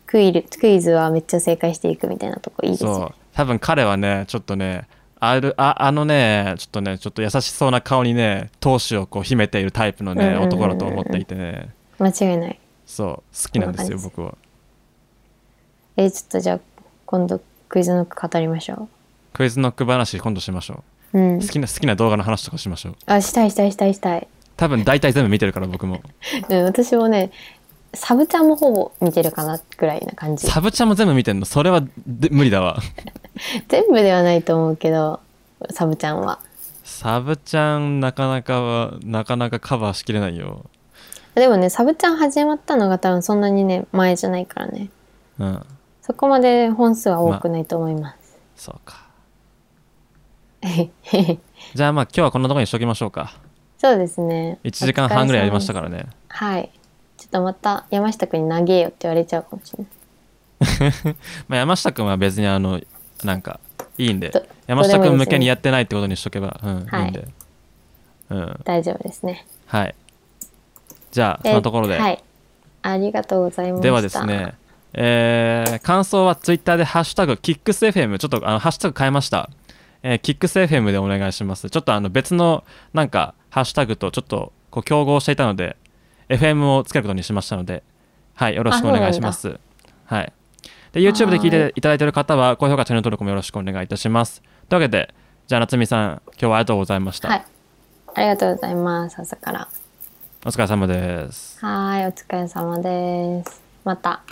S2: クイルクイズはめっちゃ正解していくみたいなとこいいです
S1: そ
S2: よ
S1: う多分彼はねちょっとねあるああのねちょっとねちょっと優しそうな顔にね闘志をこう秘めているタイプの
S2: うんうん
S1: ね
S2: うんうん
S1: 男だと思っていてね
S2: 間違いない
S1: そう好きなんですよ
S2: わ
S1: 僕は
S2: えーちょっとじゃあ今度クイズノック語りましょ
S1: クイズノック話今度しましょ
S2: ううん
S1: う好きな好きな動画の話とかしましょう
S2: あしたいしたいしたいしたい、
S1: 多分大体全部見てるから僕も
S2: うん、私もねサブちゃんもほぼ見てるかなぐらいな感じ
S1: サブちゃんも全部見てんのそれはで無理だわ
S2: 全部ではないと思うけどサブちゃんは
S1: サブちゃんなかなかはなかなかカバーしきれないよ、
S2: でもねサブちゃん始まったのが多分そんなにね前じゃないからね
S1: うん、
S2: そこまで本数は多くないと思います、
S1: そう かじゃあまあ今日はこんなとこにしときましょうか
S2: そうですね
S1: 1時間半ぐらいやりました
S2: ら
S1: からね
S2: はい。ちょっとまた山下くんに投げよって言われちゃうかもしれない。
S1: まあ山下くんは別にあのなんかいいんで
S2: ど
S1: 山下くん向けに
S2: どうでもいいですね
S1: やってないってことにしとけばうん、
S2: はい
S1: い、いんでうん
S2: 大丈夫ですね。
S1: はいじゃあ
S2: え
S1: そのところで、
S2: はい。ありがとうございました。
S1: ではです。ねえー感想はツイッターで「ハッシュタグキックス f m ちょっとあのハッシュタグ変えました、えー、キックス f m でお願いしますちょっとあの別のなんかハッシュタグとちょっとこう競合していたので FM をつけることにしましたのではいよろしくお願いしますはいで YouTube で聞い
S2: は
S1: て
S2: ー
S1: いただいている方は高評価チャンネル登録もよろしくお願いいたしますというわけでじゃあ夏美さん今日はありがとうございました、
S2: はい。ありがとうございます。朝から。
S1: お疲れ様です
S2: はい。お疲れ様です。また。